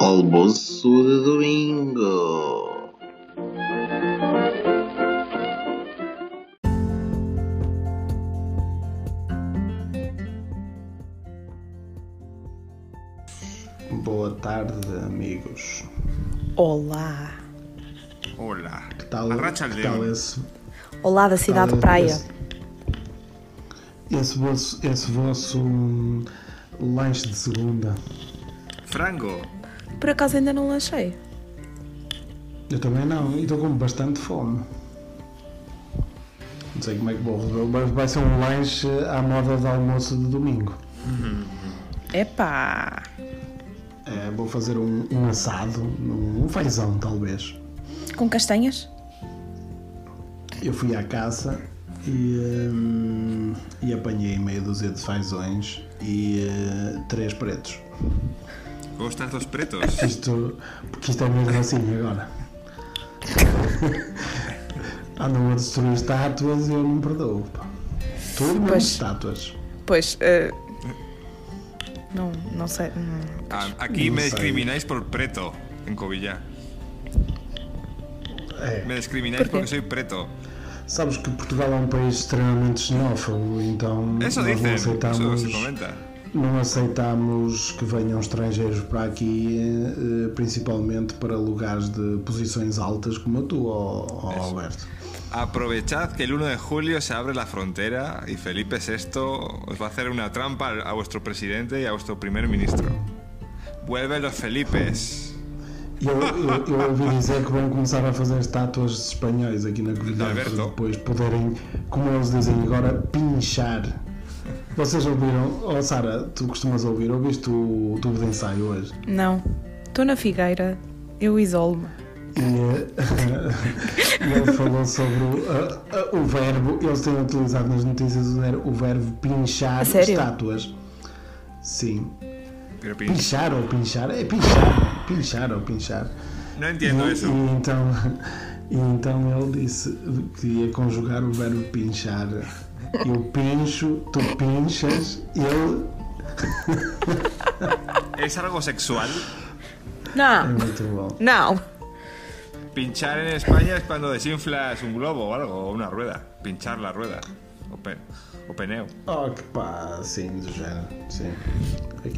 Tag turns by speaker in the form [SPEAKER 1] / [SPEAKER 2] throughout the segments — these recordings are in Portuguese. [SPEAKER 1] almoço de domingo.
[SPEAKER 2] Boa tarde, amigos.
[SPEAKER 3] Olá.
[SPEAKER 4] Hola.
[SPEAKER 2] Que tal,
[SPEAKER 4] Arracha
[SPEAKER 2] que
[SPEAKER 4] Leão.
[SPEAKER 2] tal esse,
[SPEAKER 3] Olá da cidade de praia.
[SPEAKER 2] Esse, esse vosso, esse vosso hum, lanche de segunda.
[SPEAKER 4] Frango.
[SPEAKER 3] Por acaso ainda não lanchei.
[SPEAKER 2] Eu também não, e estou com bastante fome. Não sei como é que vou resolver, mas vai ser um lanche à moda de almoço de domingo.
[SPEAKER 3] Epá.
[SPEAKER 2] É, vou fazer um, um assado, um, um fazão talvez.
[SPEAKER 3] Com castanhas?
[SPEAKER 2] Eu fui à caça e, hum, e apanhei meia dúzia de fazões e eh, três pretos.
[SPEAKER 4] ¿Gustas los pretos?
[SPEAKER 2] Isto, porque isto é mesmo assim agora. Andam a destruir estátuas e eu não perdoo. Pá. Tudo menos
[SPEAKER 3] Pois.
[SPEAKER 2] estátuas.
[SPEAKER 3] Pois. eh, não, não sei. hum.
[SPEAKER 4] Ah, Aquí
[SPEAKER 2] No
[SPEAKER 4] me
[SPEAKER 2] sé.
[SPEAKER 4] discrimináis por preto en Covillá.
[SPEAKER 2] É.
[SPEAKER 4] Me discrimináis
[SPEAKER 3] ¿Por qué?
[SPEAKER 4] porque soy preto.
[SPEAKER 2] Sabes que Portugal é um país extremamente xenófobo, então
[SPEAKER 4] Eso
[SPEAKER 2] nós
[SPEAKER 4] dicen,
[SPEAKER 2] não
[SPEAKER 4] eso
[SPEAKER 2] aceitamos,
[SPEAKER 4] se comenta.
[SPEAKER 2] não aceitamos que venham estrangeiros para aqui, eh, principalmente para lugares de posições altas como a tua, ó- ó Alberto.
[SPEAKER 4] Aprovechad que el 1 de julio se abre la frontera y Felipe VI os va a hacer una trampa a vuestro presidente y a vuestro primer ministro. Vuelven los Felipes.
[SPEAKER 2] Eu, eu, eu ouvi dizer que vão começar a fazer estátuas de espanhóis aqui na Covilhã para
[SPEAKER 4] Alberto.
[SPEAKER 2] depois poderem, como eles dizem agora, pinchar. Vocês ouviram? Oh, Sara, tu costumas ouvir? Ouviste o tubo de ensaio hoje?
[SPEAKER 3] Não. Estou na figueira. Eu isolo-me.
[SPEAKER 2] E, eh, e ele falou sobre o, eh, eh, o verbo, eles têm utilizado nas notícias o ver- o verbo pinchar
[SPEAKER 3] A sério?
[SPEAKER 2] estátuas. Sim.
[SPEAKER 4] Pero pin-
[SPEAKER 2] Pinchar ou pinchar? É pinchar. Pinchar ou pinchar.
[SPEAKER 4] No entiendo
[SPEAKER 2] E-
[SPEAKER 4] eso.
[SPEAKER 2] E então, e então ele disse que ia conjugar o verbo pinchar. Eu pincho, tu pinchas, ele.
[SPEAKER 4] ¿Es algo sexual?
[SPEAKER 2] É
[SPEAKER 3] Não.
[SPEAKER 2] muito bom.
[SPEAKER 3] Não.
[SPEAKER 4] Pinchar en España es cuando desinflas un globo o algo, o una rueda. Pinchar la rueda. O, pe- o peneo.
[SPEAKER 2] Oh, que pá, sim, do género. Sim.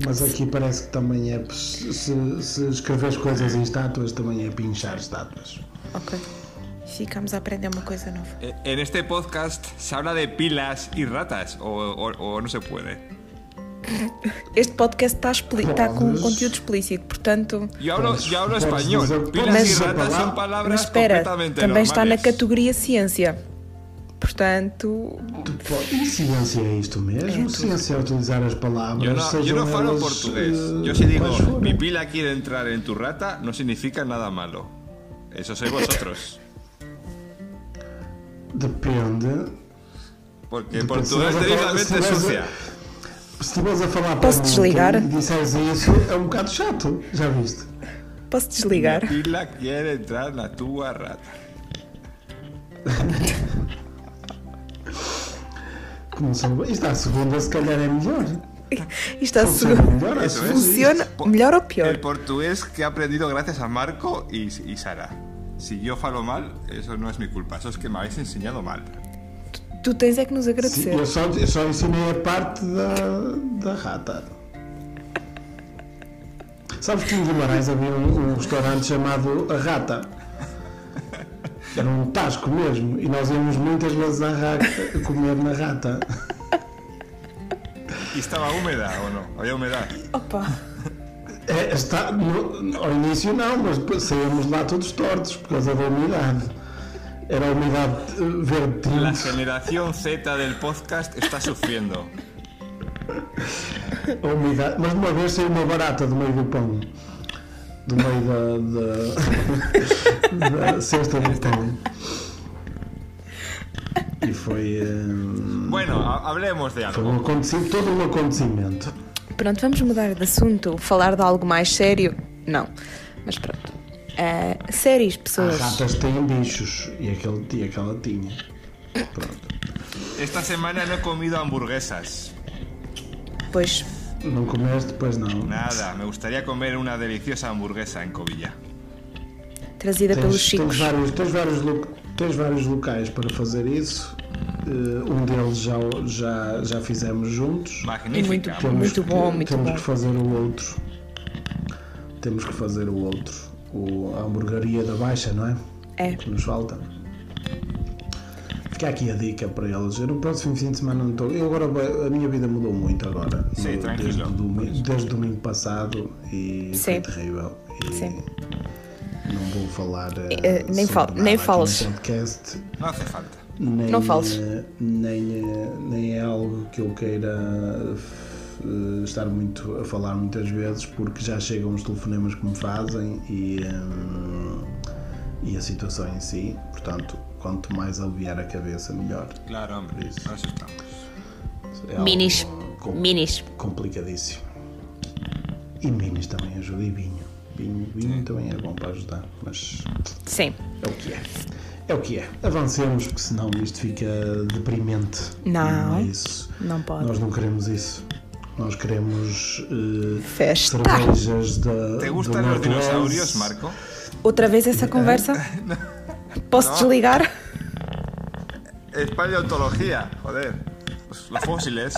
[SPEAKER 2] Mas aqui parece que também é. Se, se escreveres coisas em estátuas, também é pinchar estátuas.
[SPEAKER 3] Ok. Ficamos a aprender uma coisa nova.
[SPEAKER 4] Eh, En este podcast se habla de pilas y ratas, o, o- o no se puede.
[SPEAKER 3] Este podcast está expli- está com um
[SPEAKER 2] Podes.
[SPEAKER 3] conteúdo explícito, portanto.
[SPEAKER 4] Yo hablo,
[SPEAKER 2] Pues,
[SPEAKER 4] yo hablo
[SPEAKER 2] pues,
[SPEAKER 4] español.
[SPEAKER 2] dice-
[SPEAKER 4] Pilas
[SPEAKER 3] Mas-
[SPEAKER 4] y ratas son
[SPEAKER 3] Mas
[SPEAKER 2] pues,
[SPEAKER 4] palabras
[SPEAKER 3] espera, também
[SPEAKER 4] Um completamente
[SPEAKER 3] está na
[SPEAKER 4] normales.
[SPEAKER 3] categoria ciência. Portanto.
[SPEAKER 2] Tu po- E ciência é isto mesmo? ciência é utilizar as palavras.
[SPEAKER 4] Yo no, yo
[SPEAKER 2] sejam
[SPEAKER 4] no falo
[SPEAKER 2] elas,
[SPEAKER 4] portugués.
[SPEAKER 2] eh,
[SPEAKER 4] Yo si digo,
[SPEAKER 2] quais forem.
[SPEAKER 4] mi pila quiere entrar en tu rata, no significa nada malo. Eso sois vosotros.
[SPEAKER 2] Depende. Depende,
[SPEAKER 4] Porque en
[SPEAKER 2] se
[SPEAKER 4] portugués
[SPEAKER 2] vas a
[SPEAKER 4] tenéis la
[SPEAKER 2] falar-
[SPEAKER 4] mente
[SPEAKER 2] se vas a-
[SPEAKER 4] sucia.
[SPEAKER 2] Se estiveres a falar para
[SPEAKER 3] Posso
[SPEAKER 2] mim
[SPEAKER 3] desligar?
[SPEAKER 2] E disseres isso, é um bocado chato. Já viste?
[SPEAKER 3] Posso desligar?
[SPEAKER 2] pues,
[SPEAKER 4] Mi pila quiere entrar en la tuya rata.
[SPEAKER 2] Começou bem. Isto à segunda, se calhar é melhor.
[SPEAKER 3] Isto é
[SPEAKER 2] Funciona
[SPEAKER 3] seguro.
[SPEAKER 2] melhor, é
[SPEAKER 4] Eso
[SPEAKER 2] acho
[SPEAKER 4] es.
[SPEAKER 2] que
[SPEAKER 3] Funciona
[SPEAKER 4] Po-
[SPEAKER 3] melhor ou pior?
[SPEAKER 4] El portugués que he aprendido gracias a Marco y, y Sara. Si yo falo mal, eso no es mi culpa, eso es que me habéis enseñado mal.
[SPEAKER 3] Tu tens é que nos
[SPEAKER 2] Sim,
[SPEAKER 3] agradecer.
[SPEAKER 2] eu, só, eu só ensinei a parte da, da rata. Sabes que em Guimarães havia um, um restaurante chamado A Rata. Era um tasco mesmo. E nós íamos muitas vezes à rata, comer na rata.
[SPEAKER 4] ¿Y estaba húmeda o no? Había humedad.
[SPEAKER 3] Opa!
[SPEAKER 2] É, está, no- ao início não, mas depois saímos lá todos tortos por causa da umidade. Era a umidade eh, verde
[SPEAKER 4] La
[SPEAKER 2] tinto,
[SPEAKER 4] generación Z del podcast está sufriendo.
[SPEAKER 2] a umidade. Mas uma vez saiu uma barata do meio do pão. Do meio da, da, da cesta do pão. E foi, eh,
[SPEAKER 4] Bueno, ha- hablemos de
[SPEAKER 2] foi
[SPEAKER 4] algo.
[SPEAKER 2] um acontecimento, todo um acontecimento.
[SPEAKER 3] Pronto, vamos mudar de assunto. Falar de algo mais sério? Não. Mas pronto. Ah, séries,
[SPEAKER 2] As
[SPEAKER 3] pessoas.
[SPEAKER 2] ratas têm bichos e, aquele, e aquela tinha. Pronto.
[SPEAKER 4] Esta semana no he comido hamburguesas.
[SPEAKER 3] Pois.
[SPEAKER 2] No comeste, pues não.
[SPEAKER 4] Nada, me gustaría comer una deliciosa hamburguesa en Covilla.
[SPEAKER 3] Trazida pelos
[SPEAKER 2] Tens, tens,
[SPEAKER 3] chicos.
[SPEAKER 2] vários, tens, vários, lo- tens vários locais para fazer isso. Eh, um deles já, o- já, já fizemos juntos.
[SPEAKER 4] Magnífica.
[SPEAKER 3] Muy Muito bom,
[SPEAKER 2] que-
[SPEAKER 3] muito
[SPEAKER 2] temos
[SPEAKER 3] bom.
[SPEAKER 2] que fazer o outro. Temos que fazer o outro. O, a hamburgueria da Baixa, não é?
[SPEAKER 3] É.
[SPEAKER 2] Que nos falta. Fica aqui a dica para eles. Eu no próximo fim de semana não estou. Eu agora vai- a minha vida mudou muito agora.
[SPEAKER 4] Sim,
[SPEAKER 2] Eu-
[SPEAKER 4] tranquilo.
[SPEAKER 2] Desde o domingo, desde o domingo passado e foi
[SPEAKER 3] Sim.
[SPEAKER 2] terrível. E
[SPEAKER 3] Sim.
[SPEAKER 2] Não vou falar. eh,
[SPEAKER 3] Eh,
[SPEAKER 2] sobre
[SPEAKER 3] nem fal-
[SPEAKER 2] nada
[SPEAKER 3] nem
[SPEAKER 2] aqui no
[SPEAKER 3] falas.
[SPEAKER 2] podcast,
[SPEAKER 4] No hace falta.
[SPEAKER 2] nem,
[SPEAKER 3] Não fales.
[SPEAKER 2] eh, Nem, eh, nem é algo que eu queira eh, estar muito a falar muitas vezes porque já chegam os telefonemas que me fazem e, eh, e a situação em si. Portanto, quanto mais aliviar a cabeça, melhor.
[SPEAKER 4] Claro, hombre,
[SPEAKER 2] Isso.
[SPEAKER 4] nos estamos.
[SPEAKER 2] É algo
[SPEAKER 3] Minis.
[SPEAKER 2] com-
[SPEAKER 3] Minis.
[SPEAKER 2] Complicadíssimo. E minis também ajuda e vinho. Vinho, vinho também é bom para ajudar, mas
[SPEAKER 3] Sim.
[SPEAKER 2] é o que é. É o que é. Avancemos, porque senão isto fica deprimente.
[SPEAKER 3] Não.
[SPEAKER 2] é isso.
[SPEAKER 3] Não pode.
[SPEAKER 2] Nós não queremos isso. Nós queremos eh,
[SPEAKER 3] Festa.
[SPEAKER 2] cervejas da.
[SPEAKER 4] ¿Te
[SPEAKER 2] do
[SPEAKER 4] gustan los
[SPEAKER 2] Norte
[SPEAKER 4] dinosaurios,
[SPEAKER 2] Oeste.
[SPEAKER 4] Marco?
[SPEAKER 3] Outra vez
[SPEAKER 2] Eh,
[SPEAKER 3] essa conversa? Posso desligar?
[SPEAKER 4] Es paleontología, joder. Pues, Los fósiles.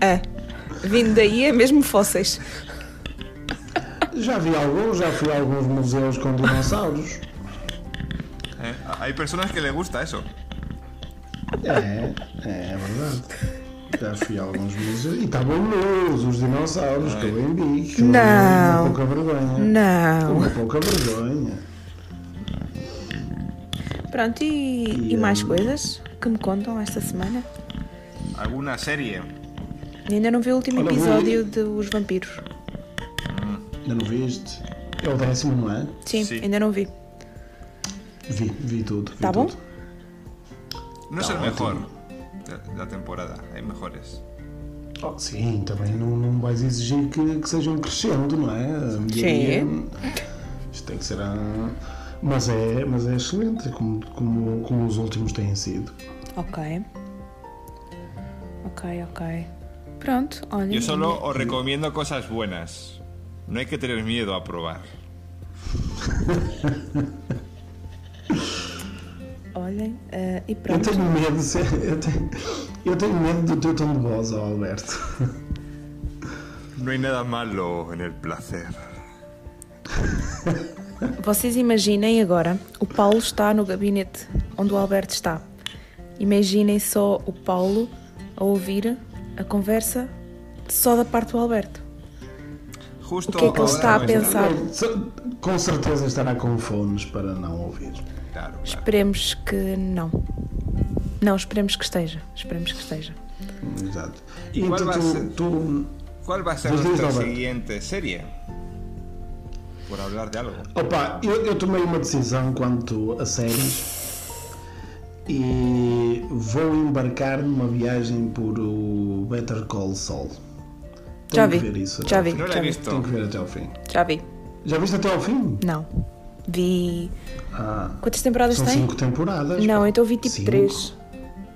[SPEAKER 3] É. Vindo daí é mesmo fósseis.
[SPEAKER 2] Já vi alguns, já fui a alguns museus com dinossauros.
[SPEAKER 4] Eh, Hay personas que les gusta eso.
[SPEAKER 2] É, é verdade. Já fui a alguns museus e estavam nus os dinossauros que eu vi. que
[SPEAKER 3] Não.
[SPEAKER 2] Uma pouca vergonha.
[SPEAKER 3] Não.
[SPEAKER 2] Uma pouca vergonha.
[SPEAKER 3] Pronto, e, e
[SPEAKER 2] eh,
[SPEAKER 3] mais coisas que me contam esta semana?
[SPEAKER 4] Alguna serie.
[SPEAKER 3] Ainda não vi o último
[SPEAKER 2] Olha, vou-
[SPEAKER 3] episódio de Os Vampiros.
[SPEAKER 2] Ainda não viste? É o décimo, não é?
[SPEAKER 3] Sim,
[SPEAKER 4] Sim.
[SPEAKER 3] ainda não vi.
[SPEAKER 2] Vi, vi tudo. Vi
[SPEAKER 3] Tá bom?
[SPEAKER 2] tudo.
[SPEAKER 4] No es el
[SPEAKER 2] No,
[SPEAKER 4] mejor de la temporada. Hay mejores.
[SPEAKER 2] Oh, sim, também não, não vais exigir que, que seja um crescendo, não é? A melhoria,
[SPEAKER 3] Sim.
[SPEAKER 2] Isto tem que ser. ah, Mas é, mas é excelente, como, como, como os últimos têm sido.
[SPEAKER 3] Ok. Ok, ok. Pronto, olha.
[SPEAKER 4] Yo solo os recomiendo cosas buenas. No hay que tener miedo a probar.
[SPEAKER 3] Olhem, eh, e
[SPEAKER 2] Eu
[SPEAKER 3] pronto.
[SPEAKER 2] tenho medo, sé- eu tenho, eu tenho medo do teu tom de voz, ó Alberto.
[SPEAKER 4] No hay nada malo en el placer.
[SPEAKER 3] Vocês imaginem agora, o Paulo está no gabinete onde o Alberto está. Imaginem só o Paulo a ouvir a conversa só da parte do Alberto.
[SPEAKER 4] Justo
[SPEAKER 3] O que é que ele
[SPEAKER 4] ahora
[SPEAKER 3] está a
[SPEAKER 4] no es-
[SPEAKER 3] pensar? Sabe.
[SPEAKER 2] Ele, se- Com certeza estará com fones para não ouvir.
[SPEAKER 4] Claro, claro.
[SPEAKER 3] Esperemos que não. Não, esperemos que esteja. Esperemos que esteja.
[SPEAKER 2] Exato.
[SPEAKER 4] E qual
[SPEAKER 2] então
[SPEAKER 4] vai ser?
[SPEAKER 2] tu, tu
[SPEAKER 4] ¿Cuál va a ser
[SPEAKER 2] Pues dinos,
[SPEAKER 4] nuestra
[SPEAKER 2] Robert.
[SPEAKER 4] siguiente serie? Por hablar de algo.
[SPEAKER 2] Opa, eu, eu tomei uma decisão quanto a séries e vou embarcar numa viagem por o Better Call Saul. Tenho
[SPEAKER 3] Já
[SPEAKER 2] que
[SPEAKER 3] vi.
[SPEAKER 2] ver isso é? até
[SPEAKER 3] Já
[SPEAKER 2] ao
[SPEAKER 3] vi.
[SPEAKER 2] fim.
[SPEAKER 4] No la
[SPEAKER 3] Já vi.
[SPEAKER 4] he é visto.
[SPEAKER 2] Tenho que ver até ao fim.
[SPEAKER 3] Já vi.
[SPEAKER 2] Já viste até ao fim?
[SPEAKER 3] Não. Vi.
[SPEAKER 2] Ah,
[SPEAKER 3] Quantas temporadas
[SPEAKER 2] são
[SPEAKER 3] tem?
[SPEAKER 2] cinco temporadas.
[SPEAKER 3] Não,
[SPEAKER 2] pá.
[SPEAKER 3] então vi tipo
[SPEAKER 2] Cinco.
[SPEAKER 3] três.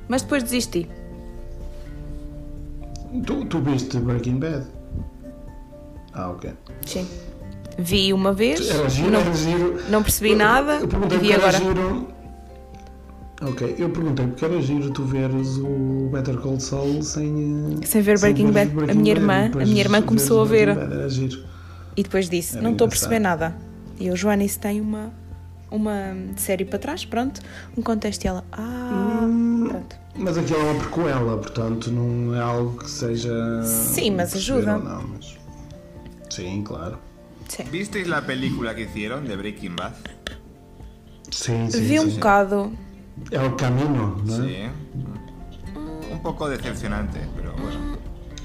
[SPEAKER 3] Mas depois desisti.
[SPEAKER 2] Tu, tu viste Breaking Bad? Ah, ok.
[SPEAKER 3] Sim. Vi uma vez.
[SPEAKER 2] Era giro,
[SPEAKER 3] não-
[SPEAKER 2] era giro.
[SPEAKER 3] não percebi nada
[SPEAKER 2] Eu perguntei
[SPEAKER 3] e vi
[SPEAKER 2] porque era
[SPEAKER 3] agora.
[SPEAKER 2] giro. Ok, eu perguntei porque era giro tu veres o Better Call Saul sem. eh,
[SPEAKER 3] Sem ver Breaking
[SPEAKER 2] veres
[SPEAKER 3] Bad. A minha irmã-
[SPEAKER 2] e
[SPEAKER 3] a
[SPEAKER 2] depois
[SPEAKER 3] minha irmã
[SPEAKER 2] veres
[SPEAKER 3] começou a ver.
[SPEAKER 2] Breaking Bad, Era giro.
[SPEAKER 3] E depois disse,
[SPEAKER 2] Era
[SPEAKER 3] não estou a perceber
[SPEAKER 2] engraçado.
[SPEAKER 3] nada. E eu, Joana, isso tem uma, uma série para trás, pronto. Um contexto e ela, ah, pronto.
[SPEAKER 2] Mas aquilo é uma prequela, portanto não é algo que seja.
[SPEAKER 3] Sim, mas
[SPEAKER 2] perceber
[SPEAKER 3] ajuda.
[SPEAKER 2] ou Não, mas... Sim, claro.
[SPEAKER 3] Sim.
[SPEAKER 4] ¿Visteis la película que hicieron de Breaking Bad?
[SPEAKER 2] Sim, sim.
[SPEAKER 3] Vi um
[SPEAKER 2] sim.
[SPEAKER 3] bocado,
[SPEAKER 2] É o caminho, não é?
[SPEAKER 4] Sí. Un poco decepcionante, pero bueno.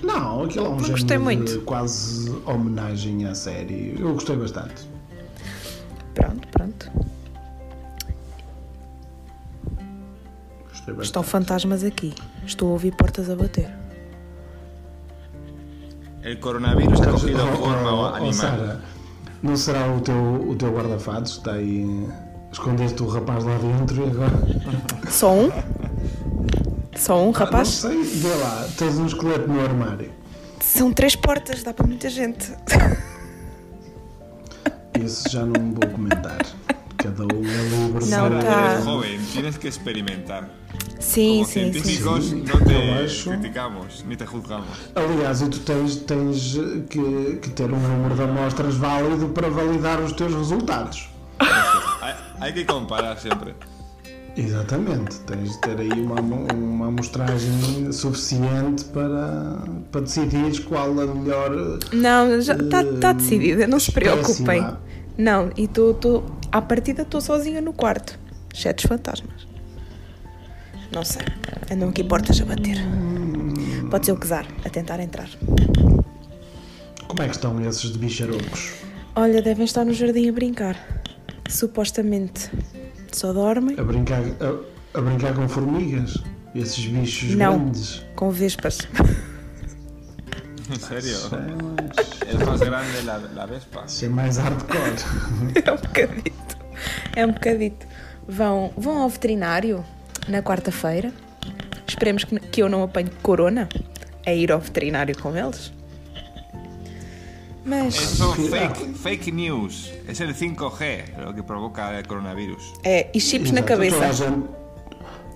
[SPEAKER 2] Não, aquilo é um
[SPEAKER 3] Não
[SPEAKER 2] género
[SPEAKER 3] gostei
[SPEAKER 2] de
[SPEAKER 3] muito.
[SPEAKER 2] quase homenagem à série. Eu gostei bastante.
[SPEAKER 3] pronto, pronto.
[SPEAKER 2] Gostei bastante.
[SPEAKER 3] Estão fantasmas aqui. Estou a ouvir portas a bater.
[SPEAKER 4] El coronavirus ha cogido
[SPEAKER 2] Oh, oh, oh,
[SPEAKER 4] forma animal.
[SPEAKER 2] Sara, não será o teu, o teu guarda-fatos? que Está aí. Escondeste o rapaz lá dentro e agora.
[SPEAKER 3] Só um? Só um, rapaz?
[SPEAKER 2] Não sei, vê lá, tens um esqueleto no armário.
[SPEAKER 3] São três portas, dá para muita gente.
[SPEAKER 2] Esse já não vou comentar. Cada um é livre
[SPEAKER 3] Não,
[SPEAKER 2] para-
[SPEAKER 3] tá.
[SPEAKER 4] Eres joven, tienes que experimentar.
[SPEAKER 3] Sim, sim, sim.
[SPEAKER 4] Como científicos
[SPEAKER 2] sim.
[SPEAKER 4] no te
[SPEAKER 2] Eu acho-
[SPEAKER 4] criticamos ni te juzgamos.
[SPEAKER 2] Aliás, e tu tens, tens que, que ter um número de amostras válido para validar os teus resultados.
[SPEAKER 4] Hay, hay que comparar siempre.
[SPEAKER 2] Exatamente, tens de ter aí uma, amo- uma amostragem suficiente para, para decidires qual a melhor.
[SPEAKER 3] Não, já está tá
[SPEAKER 2] Hum,
[SPEAKER 3] decidida, não se preocupem.
[SPEAKER 2] espécie,
[SPEAKER 3] Não, e tu, tu à partida estou sozinha no quarto, exceto os fantasmas. Não sei, andam aqui portas a bater. Pode ser o Czar a tentar entrar.
[SPEAKER 2] Como é que estão esses de bicharocos?
[SPEAKER 3] Olha, devem estar no jardim a brincar. Supostamente só dormem
[SPEAKER 2] A brincar, a, a brincar com formigas? Esses bichos
[SPEAKER 3] Não.
[SPEAKER 2] grandes?
[SPEAKER 3] com vespas.
[SPEAKER 4] En serio.
[SPEAKER 2] Isso é mais-
[SPEAKER 4] Es más grande la, la Vespa.
[SPEAKER 2] Isso é mais hardcore.
[SPEAKER 3] É um bocadito. É um bocadito. Vão, vão ao veterinário na quarta-feira. Esperemos que, que eu não apanhe corona a ir ao veterinário com eles. Mas
[SPEAKER 4] Eso fake, fake news. Es el 5G lo que provoca el coronavirus.
[SPEAKER 3] é, e chips na
[SPEAKER 2] Exato, Toda a
[SPEAKER 3] cabeça.
[SPEAKER 2] gente,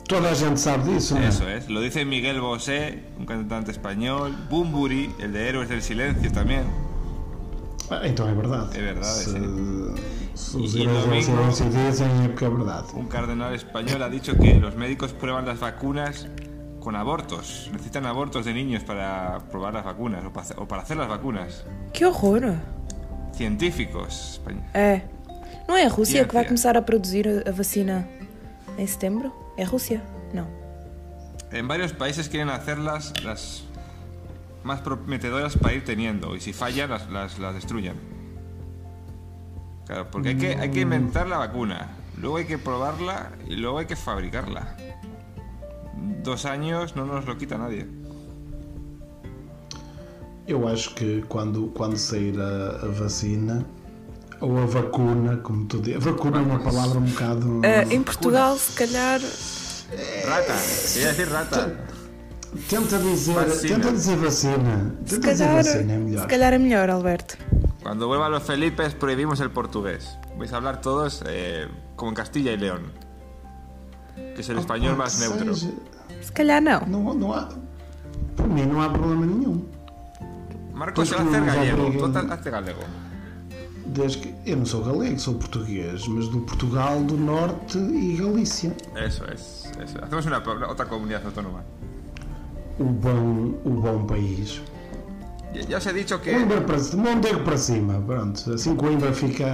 [SPEAKER 2] toda a gente sabe disso, não é?
[SPEAKER 4] Eso es. Lo dice Miguel Bosé, un cantante español. Bumburi, el de Héroes del Silencio también.
[SPEAKER 2] Ah, Então é verdade.
[SPEAKER 4] É verdade,
[SPEAKER 2] Se, se os
[SPEAKER 4] E
[SPEAKER 2] heróis
[SPEAKER 4] domingo-
[SPEAKER 2] não se dizem é porque é verdade.
[SPEAKER 4] Un cardenal español ha dicho que los médicos prueban las vacunas con abortos. Necesitan abortos de niños para probar las vacunas o para hacer- o para hacer las vacunas.
[SPEAKER 3] Que horror!
[SPEAKER 4] Científicos españoles.
[SPEAKER 3] É. Não é a Rússia que vai
[SPEAKER 4] Ciência.
[SPEAKER 3] começar a produzir a- a vacina em setembro? É a Rússia? Não.
[SPEAKER 4] En varios países quieren hacerlas las más prometedoras para ir teniendo y si fallan las, las, las destruyen. Claro, porque hay que, hay que inventar la vacuna, luego hay que probarla y luego hay que fabricarla. Dos años no nos lo quita nadie.
[SPEAKER 2] Eu acho que quando, quando sair a, a vacina, ou a vacuna, como tu dizes, vacuna é uma palavra um bocado.
[SPEAKER 3] Ah, em Portugal, se calhar.
[SPEAKER 4] Rata, quería decir rata.
[SPEAKER 2] Tenta dizer,
[SPEAKER 4] Vacina.
[SPEAKER 2] tenta dizer vacina.
[SPEAKER 3] Se
[SPEAKER 2] Tenta dizer
[SPEAKER 3] calhar,
[SPEAKER 2] vacina, é melhor.
[SPEAKER 3] se calhar é melhor, Alberto.
[SPEAKER 4] Cuando vuelvan los Felipes prohibimos el portugués. Vais a hablar todos eh, como en Castilla y León, que es el español
[SPEAKER 2] Pá,
[SPEAKER 4] más
[SPEAKER 2] que
[SPEAKER 4] neutro.
[SPEAKER 2] seja.
[SPEAKER 3] Se calhar não.
[SPEAKER 2] Não, não há, por mim não há problema nenhum.
[SPEAKER 4] Marcos se
[SPEAKER 2] Pues
[SPEAKER 4] va a hacer
[SPEAKER 2] no, no,
[SPEAKER 4] gallego,
[SPEAKER 2] porque-
[SPEAKER 4] total hace gallego.
[SPEAKER 2] Desde que, eu não sou galego, sou português, mas do Portugal, do Norte e Galícia.
[SPEAKER 4] Eso es, eso. Hacemos una, pro- otra comunidad autónoma.
[SPEAKER 2] O bom, o bom país.
[SPEAKER 4] Ya, ya os he dicho que
[SPEAKER 2] Coimbra para cima, Mondego para cima, pronto. Assim Coimbra fica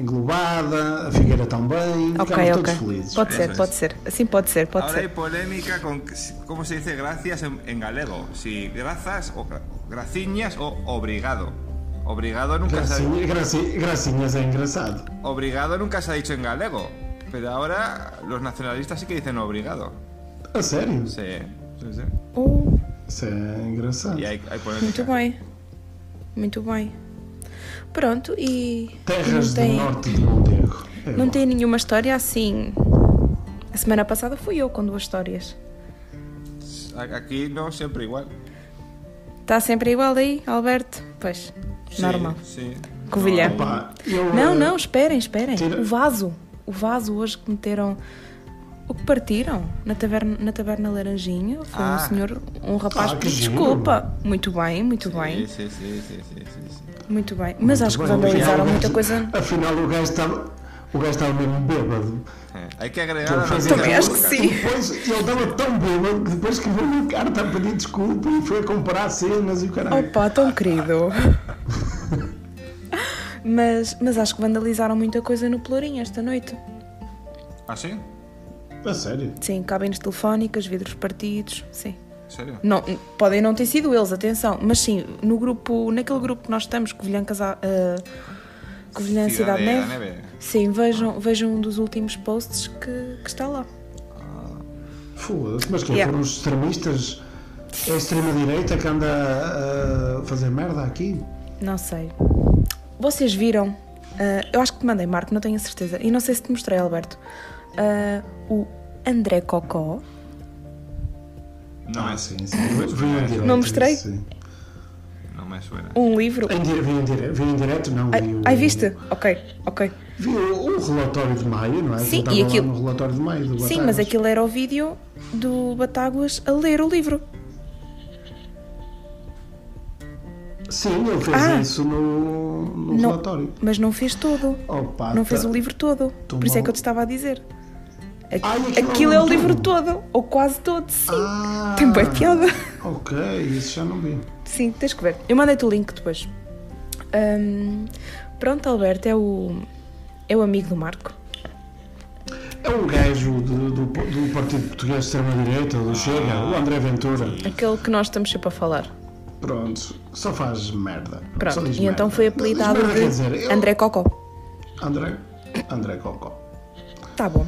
[SPEAKER 2] englobada, a Figueira também,
[SPEAKER 3] Ok,
[SPEAKER 2] ficamos
[SPEAKER 3] ok.
[SPEAKER 2] todos felizes. É
[SPEAKER 3] Pode
[SPEAKER 4] Eso
[SPEAKER 3] ser,
[SPEAKER 4] es.
[SPEAKER 3] pode ser. Assim pode ser, pode
[SPEAKER 4] ahora hay
[SPEAKER 3] ser.
[SPEAKER 4] polémica con que si- cómo se dice gracias en, en galego. Si grazas o gra- graciñas o obrigado. Obrigado nunca, se ha,
[SPEAKER 2] Gracinha, graci- gracinhas é engraçado.
[SPEAKER 4] obrigado nunca se ha dicho en galego. Pero ahora los nacionalistas sí que dicen obrigado.
[SPEAKER 2] A sério?
[SPEAKER 4] Sí, sí, sí.
[SPEAKER 3] Oh,
[SPEAKER 2] Isso é engraçado.
[SPEAKER 4] Y hay, hay
[SPEAKER 3] muito
[SPEAKER 4] polémica.
[SPEAKER 3] bem. Muito bem. Pronto, e.
[SPEAKER 2] Terras
[SPEAKER 3] não tem,
[SPEAKER 2] do norte de Mondego. É
[SPEAKER 3] Não
[SPEAKER 2] bom.
[SPEAKER 3] tem nenhuma história assim. A semana passada fui eu com duas histórias.
[SPEAKER 4] A- Aquí no, siempre igual.
[SPEAKER 3] Está sempre igual aí, Alberto? Pois,
[SPEAKER 4] Sí,
[SPEAKER 3] normal.
[SPEAKER 4] Sí.
[SPEAKER 3] Covilhã.
[SPEAKER 2] Pá, eu,
[SPEAKER 3] Não,
[SPEAKER 2] eh,
[SPEAKER 3] não, esperem, esperem.
[SPEAKER 2] Tira-
[SPEAKER 3] O vaso. O vaso hoje que meteram. O que partiram na taverna, na taberna Laranjinha foi um
[SPEAKER 4] Ah.
[SPEAKER 3] senhor, um rapaz
[SPEAKER 2] Ah, que
[SPEAKER 3] pediu
[SPEAKER 2] giro.
[SPEAKER 3] desculpa. Muito bem, muito bem,
[SPEAKER 4] Sí, sí, sí, sí, sí, sí, sí.
[SPEAKER 3] muito bem. Mas acho que
[SPEAKER 2] Bem, afinal,
[SPEAKER 3] vandalizaram
[SPEAKER 2] o
[SPEAKER 3] muita
[SPEAKER 2] gajo-
[SPEAKER 3] coisa
[SPEAKER 2] Afinal, o gajo estava. O gajo estava mesmo bêbado.
[SPEAKER 4] Eh, Hay que agregar a
[SPEAKER 2] Fazia-
[SPEAKER 4] noticia
[SPEAKER 3] Também
[SPEAKER 4] del
[SPEAKER 3] acho que
[SPEAKER 4] podcast.
[SPEAKER 3] sim.
[SPEAKER 2] Depois, ele estava tão bêbado que depois que veio uma carta a pedir desculpa e foi a comparar cenas e o caralho.
[SPEAKER 3] Opa, tão querido. mas, mas acho que vandalizaram muita coisa no Pelourinho esta noite.
[SPEAKER 4] ¿Ah, sí?
[SPEAKER 2] A sério?
[SPEAKER 3] Sim, cabines telefónicas, vidros partidos, sim.
[SPEAKER 4] ¿En serio?
[SPEAKER 3] Não, n- podem não ter sido eles, atenção, mas sim, no grupo, naquele grupo que nós estamos, Covilhã, Casa, ah, Covilhã
[SPEAKER 4] Cidade
[SPEAKER 3] Cidade,
[SPEAKER 4] da
[SPEAKER 3] Neve.
[SPEAKER 4] Neve.
[SPEAKER 3] Sim, vejam, vejam um dos últimos posts que, que está lá.
[SPEAKER 2] Foda-se, mas quem
[SPEAKER 3] Yeah.
[SPEAKER 2] foram os extremistas? É a extrema-direita que anda a- a fazer merda aqui?
[SPEAKER 3] Não sei. Vocês viram? ah, eu acho que te mandei, Marco, não tenho a certeza. E não sei se te mostrei, Alberto. Ah, o André Cocó.
[SPEAKER 4] No,
[SPEAKER 2] é Ah, sim, sim. Foi- foi um direito,
[SPEAKER 3] Não mostrei?
[SPEAKER 2] sim.
[SPEAKER 4] suena.
[SPEAKER 3] Um livro.
[SPEAKER 2] Em dire- Vi em dire- vi em direto, não.
[SPEAKER 3] Ai,
[SPEAKER 2] vi o-
[SPEAKER 3] ai, viste? Ok, ok.
[SPEAKER 2] Vi o, o relatório de maio, não é?
[SPEAKER 3] Sim,
[SPEAKER 2] Eu estava
[SPEAKER 3] e aquilo-
[SPEAKER 2] lá no relatório de maio do
[SPEAKER 3] Sim, mas
[SPEAKER 2] Batagas.
[SPEAKER 3] aquilo era o vídeo do Batáguas a ler o livro.
[SPEAKER 2] Sim, ele fez
[SPEAKER 3] Ah.
[SPEAKER 2] isso no, no
[SPEAKER 3] Não.
[SPEAKER 2] relatório.
[SPEAKER 3] Mas não fez todo.
[SPEAKER 2] Opa,
[SPEAKER 3] Não
[SPEAKER 2] tá-
[SPEAKER 3] fez o livro todo.
[SPEAKER 2] Tô
[SPEAKER 3] Por isso é que
[SPEAKER 2] mal.
[SPEAKER 3] eu te estava a dizer. Aqu-
[SPEAKER 2] Ai,
[SPEAKER 3] aquilo,
[SPEAKER 2] aquilo
[SPEAKER 3] é o
[SPEAKER 2] não.
[SPEAKER 3] livro todo, ou quase todo, sim.
[SPEAKER 2] Ah.
[SPEAKER 3] Tem boa piada.
[SPEAKER 2] Ok, isso já não vi.
[SPEAKER 3] Sim, tens que ver. Eu mandei-te o link depois. Ahm, pronto, Alberto, é o, é o amigo do Marco.
[SPEAKER 2] É um gajo do, do, do Partido Português de Extrema-Direita,
[SPEAKER 3] Ah.
[SPEAKER 2] do Chega, o André Ventura.
[SPEAKER 3] Aquele que nós estamos sempre a falar.
[SPEAKER 2] Pronto, só faz merda.
[SPEAKER 3] Pronto,
[SPEAKER 2] Só diz
[SPEAKER 3] e então
[SPEAKER 2] merda. Não,
[SPEAKER 3] foi
[SPEAKER 2] diz
[SPEAKER 3] apelidado
[SPEAKER 2] merda,
[SPEAKER 3] de
[SPEAKER 2] quer dizer, eu-
[SPEAKER 3] André Cocó.
[SPEAKER 2] André, André Cocó.
[SPEAKER 3] Tá bom.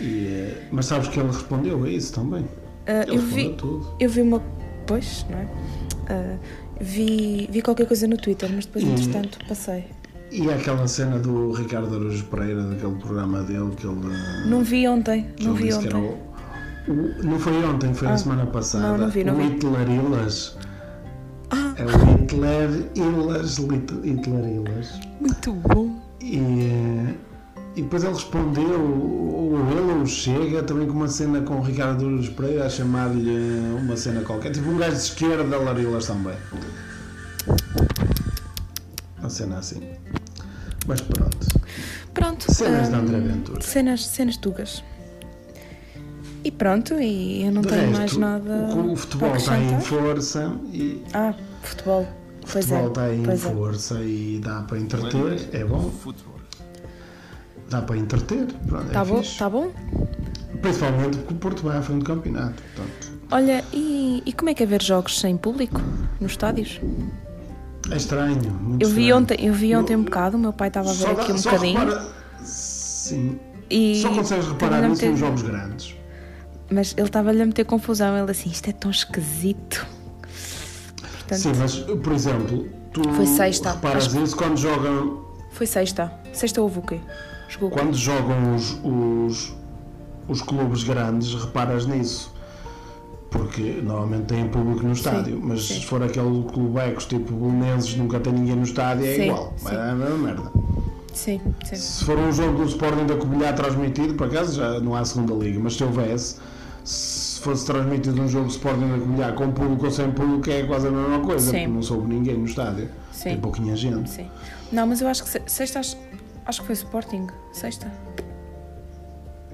[SPEAKER 2] E, eh, mas sabes que ele respondeu a isso também?
[SPEAKER 3] Ah,
[SPEAKER 2] Ele
[SPEAKER 3] eu
[SPEAKER 2] respondeu
[SPEAKER 3] vi,
[SPEAKER 2] tudo.
[SPEAKER 3] eu vi uma. Pois, não é? Ah, vi, vi qualquer coisa no Twitter, mas
[SPEAKER 2] Hum.
[SPEAKER 3] depois, entretanto, passei.
[SPEAKER 2] E é aquela cena do Ricardo Araújo Pereira, daquele programa dele, que ele, eh,
[SPEAKER 3] Não vi ontem,
[SPEAKER 2] que
[SPEAKER 3] não
[SPEAKER 2] ele
[SPEAKER 3] vi
[SPEAKER 2] disse que era
[SPEAKER 3] ontem. Ah,
[SPEAKER 2] o, o- Não foi ontem, foi a semana passada.
[SPEAKER 3] não vi, Ah. não
[SPEAKER 2] o
[SPEAKER 3] vi.
[SPEAKER 2] Hitler Illas. É o Hitler Illas, Lit- Hitler Illas.
[SPEAKER 3] Muito bom.
[SPEAKER 2] E, eh, e depois ele respondeu, ou ele ou o chega, também com uma cena com o Ricardo Araújo Pereira a chamar-lhe uma cena qualquer. Tipo um gajo de esquerda, Larilas também. Uma cena assim. Mas pronto.
[SPEAKER 3] Pronto.
[SPEAKER 2] Cenas de
[SPEAKER 3] ah,
[SPEAKER 2] André Ventura.
[SPEAKER 3] Cenas, cenas tugas. E pronto, e eu não
[SPEAKER 2] De
[SPEAKER 3] tenho
[SPEAKER 2] resto,
[SPEAKER 3] mais nada.
[SPEAKER 2] é o, o futebol
[SPEAKER 3] para
[SPEAKER 2] está em
[SPEAKER 3] acrescentar.
[SPEAKER 2] força e
[SPEAKER 3] Ah, futebol.
[SPEAKER 2] o
[SPEAKER 3] Pois é.
[SPEAKER 2] futebol está em
[SPEAKER 3] pois é.
[SPEAKER 2] força e dá para entreter, é bom,
[SPEAKER 4] Fútbol.
[SPEAKER 2] dá para entreter, pronto,
[SPEAKER 3] Tá
[SPEAKER 2] é
[SPEAKER 3] bom,
[SPEAKER 2] fixe.
[SPEAKER 3] tá bom.
[SPEAKER 2] Principalmente porque o Porto vai à frente do campeonato, portanto,
[SPEAKER 3] Olha, e, e como é que é ver jogos sem público nos estádios?
[SPEAKER 2] é estranho, muito
[SPEAKER 3] Eu vi
[SPEAKER 2] estranho.
[SPEAKER 3] ontem, eu vi ontem
[SPEAKER 2] Eu-
[SPEAKER 3] um bocado, o meu pai estava a ver
[SPEAKER 2] Só dá-
[SPEAKER 3] aqui um
[SPEAKER 2] só
[SPEAKER 3] bocadinho.
[SPEAKER 2] repara- sim.
[SPEAKER 3] e
[SPEAKER 2] Só consegues reparar
[SPEAKER 3] estava-lhe a
[SPEAKER 2] nisso nos
[SPEAKER 3] meter-
[SPEAKER 2] jogos grandes.
[SPEAKER 3] Mas ele estava-lhe a meter confusão, ele assim, isto é tão esquisito. Portanto,
[SPEAKER 2] Sim, mas, por exemplo, tu
[SPEAKER 3] Foi sexta,
[SPEAKER 2] reparas
[SPEAKER 3] acho que-
[SPEAKER 2] isso quando jogam,
[SPEAKER 3] foi sexta. Sexta houve o quê? Jogou.
[SPEAKER 2] quando jogam os, os, os clubes grandes, reparas nisso. Porque normalmente têm público no estádio, mas
[SPEAKER 3] sim.
[SPEAKER 2] se for aquele clubecos tipo Belenenses, nunca tem ninguém no estádio, é
[SPEAKER 3] Sim,
[SPEAKER 2] igual.
[SPEAKER 3] sim.
[SPEAKER 2] Mas é a mesma merda.
[SPEAKER 3] Sim, sim.
[SPEAKER 2] Se for um jogo do Sporting da Covilhã transmitido, por acaso já não há segunda liga, mas se houvesse, se fosse transmitido um jogo do Sporting da Covilhã com público ou sem público é quase a mesma coisa,
[SPEAKER 3] Sim.
[SPEAKER 2] porque não soube ninguém no estádio.
[SPEAKER 3] Sim.
[SPEAKER 2] Tem pouquinha gente.
[SPEAKER 3] sim. Não, mas eu acho que se- sexta, acho, acho que foi Sporting. Sexta.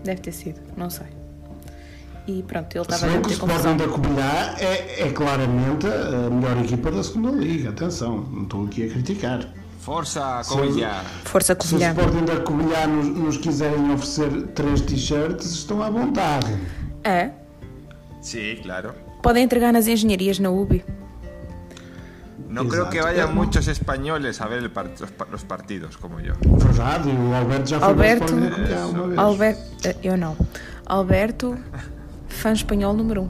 [SPEAKER 3] Deve ter sido, não sei. E pronto, ele
[SPEAKER 2] Se
[SPEAKER 3] estava-lhe a
[SPEAKER 2] bem que o
[SPEAKER 3] meter
[SPEAKER 2] Sporting
[SPEAKER 3] confusão.
[SPEAKER 2] da Covilhã é, é claramente a melhor equipa da segunda liga, atenção, não estou aqui a criticar.
[SPEAKER 4] Força, Covilhã.
[SPEAKER 2] Se
[SPEAKER 3] Força
[SPEAKER 2] o
[SPEAKER 3] Covilhã.
[SPEAKER 2] Sporting da Covilhã nos, nos quiserem oferecer três t-shirts, estão à vontade.
[SPEAKER 3] É?
[SPEAKER 4] Sí, claro.
[SPEAKER 3] Podem entregar nas engenharias na UBI.
[SPEAKER 4] No creo
[SPEAKER 2] Exacto.
[SPEAKER 4] que vayan muchos españoles a ver el par- los, pa- los partidos como yo.
[SPEAKER 2] Verdade, e o Alberto já foi
[SPEAKER 3] Alberto-
[SPEAKER 2] ao Sporting da Covilhã uma vez.
[SPEAKER 3] Alberto. eh, Eu não. Alberto, fã espanhol número um.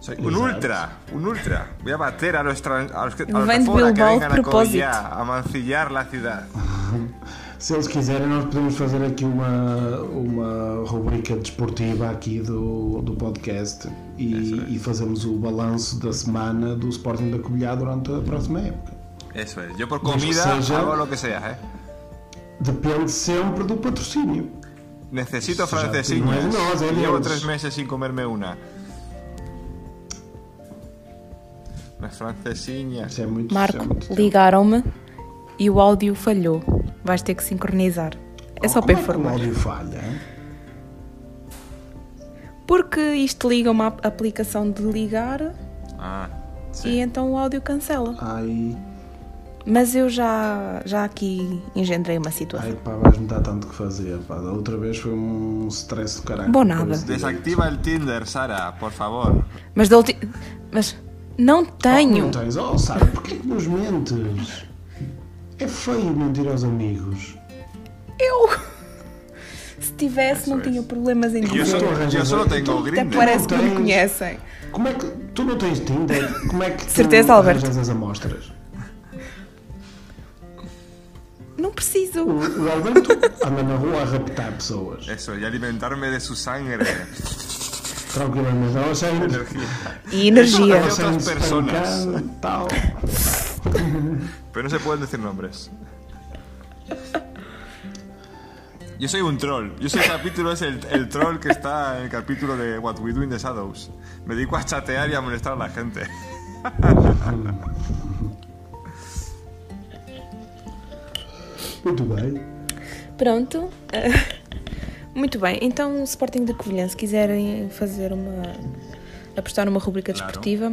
[SPEAKER 4] Soy un
[SPEAKER 2] Exacto.
[SPEAKER 4] ultra, un ultra. Voy a bater a los, tran- a los que, a los de
[SPEAKER 3] Van
[SPEAKER 4] fuera que
[SPEAKER 3] Bilbao
[SPEAKER 4] vengan a
[SPEAKER 3] propósito.
[SPEAKER 4] Covilhã a mancillar la ciudad.
[SPEAKER 2] Se eles quiserem, nós podemos fazer aqui uma, uma rubrica desportiva aqui do, do podcast e, e fazemos o balanço da semana do Sporting da Covilhã durante a próxima época.
[SPEAKER 4] Eso es. Yo por
[SPEAKER 2] Los que
[SPEAKER 4] comida
[SPEAKER 2] Pues, sea.
[SPEAKER 4] hago lo que sea, ¿eh?
[SPEAKER 2] Depende sempre do patrocínio.
[SPEAKER 4] Necesito
[SPEAKER 2] Eso ya
[SPEAKER 4] francesiñas.
[SPEAKER 2] tengo. No, de
[SPEAKER 4] Llevo
[SPEAKER 2] Dios.
[SPEAKER 4] tres meses sin comerme una. Las francesiñas.
[SPEAKER 2] Isso é muito isso
[SPEAKER 3] Marco,
[SPEAKER 2] é muito-
[SPEAKER 3] ligaram-me e o áudio falhou. Vais ter que sincronizar. É só
[SPEAKER 2] Como
[SPEAKER 3] para
[SPEAKER 2] é que O
[SPEAKER 3] informar.
[SPEAKER 2] áudio falha. hein?
[SPEAKER 3] Porque isto liga uma ap- aplicación de ligar
[SPEAKER 4] Ah,
[SPEAKER 3] e
[SPEAKER 4] sí.
[SPEAKER 3] então o áudio cancela.
[SPEAKER 2] Ai,
[SPEAKER 3] Mas eu já, já aqui engendrei uma situação.
[SPEAKER 2] ai, pá, vais-me dar tanto que fazer. Pá. Da outra vez foi um stress do caralho.
[SPEAKER 3] Bom nada.
[SPEAKER 4] Desactiva el Tinder, Sara, por favor.
[SPEAKER 3] Mas da ulti... Mas não
[SPEAKER 2] Não
[SPEAKER 3] tenho.
[SPEAKER 2] tens. Oh, Sara, porquê que nos mentes? É feio mentir aos amigos.
[SPEAKER 3] eu! Se tivesse, não
[SPEAKER 4] Isso é
[SPEAKER 3] tinha
[SPEAKER 4] isso.
[SPEAKER 3] problemas em
[SPEAKER 4] Yo
[SPEAKER 3] dizer.
[SPEAKER 4] solo, yo solo tengo
[SPEAKER 3] Até
[SPEAKER 4] Grindr.
[SPEAKER 3] parece que
[SPEAKER 2] Não
[SPEAKER 3] me
[SPEAKER 2] tens.
[SPEAKER 3] conhecem.
[SPEAKER 2] Como é que tu não tens Tinder? Como é que tu
[SPEAKER 3] certeza, Alberto.
[SPEAKER 2] arranjas as amostras?
[SPEAKER 3] Não preciso.
[SPEAKER 2] O, o Alberto anda na rua a raptar pessoas.
[SPEAKER 4] Eso, y alimentarme de su sangre.
[SPEAKER 2] Tranquilamente, ela sai.
[SPEAKER 3] E energia.
[SPEAKER 2] ela sai
[SPEAKER 4] Outras personas.
[SPEAKER 2] espancada, Tal.
[SPEAKER 4] Pero no se pueden decir nombres. Yo soy un troll. Yo soy el capítulo, es el, el troll que está en el capítulo de What We Do in the Shadows. Me dedico a chatear y a molestar a la gente.
[SPEAKER 2] Hum. Muito bem.
[SPEAKER 3] Pronto. Muito bem, então o Sporting de Covilhã, se quiserem fazer uma. apostar numa rubrica
[SPEAKER 4] Claro.
[SPEAKER 3] desportiva,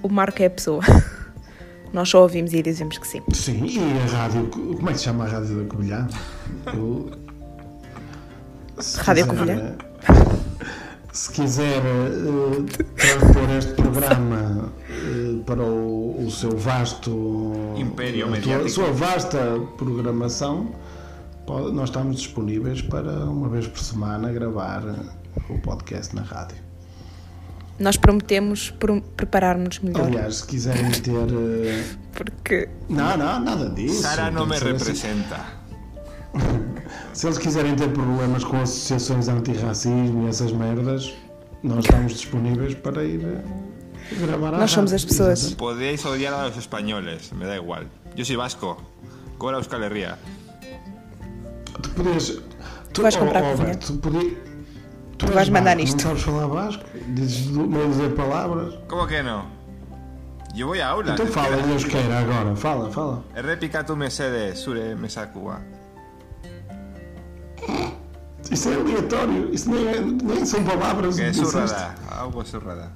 [SPEAKER 3] o Marco é a pessoa. Nós só ouvimos e dizemos que sim.
[SPEAKER 2] Sim, e a rádio. Como é que se chama a rádio da Covilhã? Eu- se
[SPEAKER 3] Rádio
[SPEAKER 2] quiser,
[SPEAKER 3] Covilhã?
[SPEAKER 2] eh, Se quiser eh, transpor este programa eh, para o, o seu vasto.
[SPEAKER 4] Império
[SPEAKER 2] a tua-
[SPEAKER 4] mediático.
[SPEAKER 2] sua vasta programação, pode- nós estamos disponíveis para uma vez por semana gravar o podcast na rádio.
[SPEAKER 3] Nós prometemos pro- preparar-nos melhor.
[SPEAKER 2] Aliás, se quiserem ter. eh,
[SPEAKER 3] Porque
[SPEAKER 2] Não, não, nada disso.
[SPEAKER 4] Sara
[SPEAKER 2] Tem
[SPEAKER 4] no
[SPEAKER 2] que
[SPEAKER 4] me
[SPEAKER 2] ser assim.
[SPEAKER 4] representa.
[SPEAKER 2] Se eles quiserem ter problemas com associações antirracismo e essas merdas, nós estamos disponíveis para ir eh, gravar à
[SPEAKER 3] Nós somos
[SPEAKER 2] rádio.
[SPEAKER 3] as pessoas.
[SPEAKER 2] Exatamente.
[SPEAKER 4] Podéis odiar a los españoles, me da igual. Yo soy vasco. Cobra Euskal Herria.
[SPEAKER 2] Tu podias. Tu
[SPEAKER 3] vais comprar
[SPEAKER 2] oh, oh,
[SPEAKER 3] a cozinha.
[SPEAKER 2] Alberto, tu podi- Tu,
[SPEAKER 3] vais
[SPEAKER 2] és
[SPEAKER 3] mandar
[SPEAKER 2] vasco, Não
[SPEAKER 3] nisto.
[SPEAKER 2] sabes falar vasco? Dizes du- meio dizer palavras.
[SPEAKER 4] ¿Cómo que no? Yo voy a aulas.
[SPEAKER 2] Então
[SPEAKER 4] es que
[SPEAKER 2] fala
[SPEAKER 4] la-
[SPEAKER 2] em euskera agora, fala, fala.
[SPEAKER 4] Errepika tu mesede, sure mesakua.
[SPEAKER 2] Isso é aleatório, isso nem, é- nem são palavras.
[SPEAKER 4] Que es
[SPEAKER 2] disseste.
[SPEAKER 4] zurrada, algo zurrada.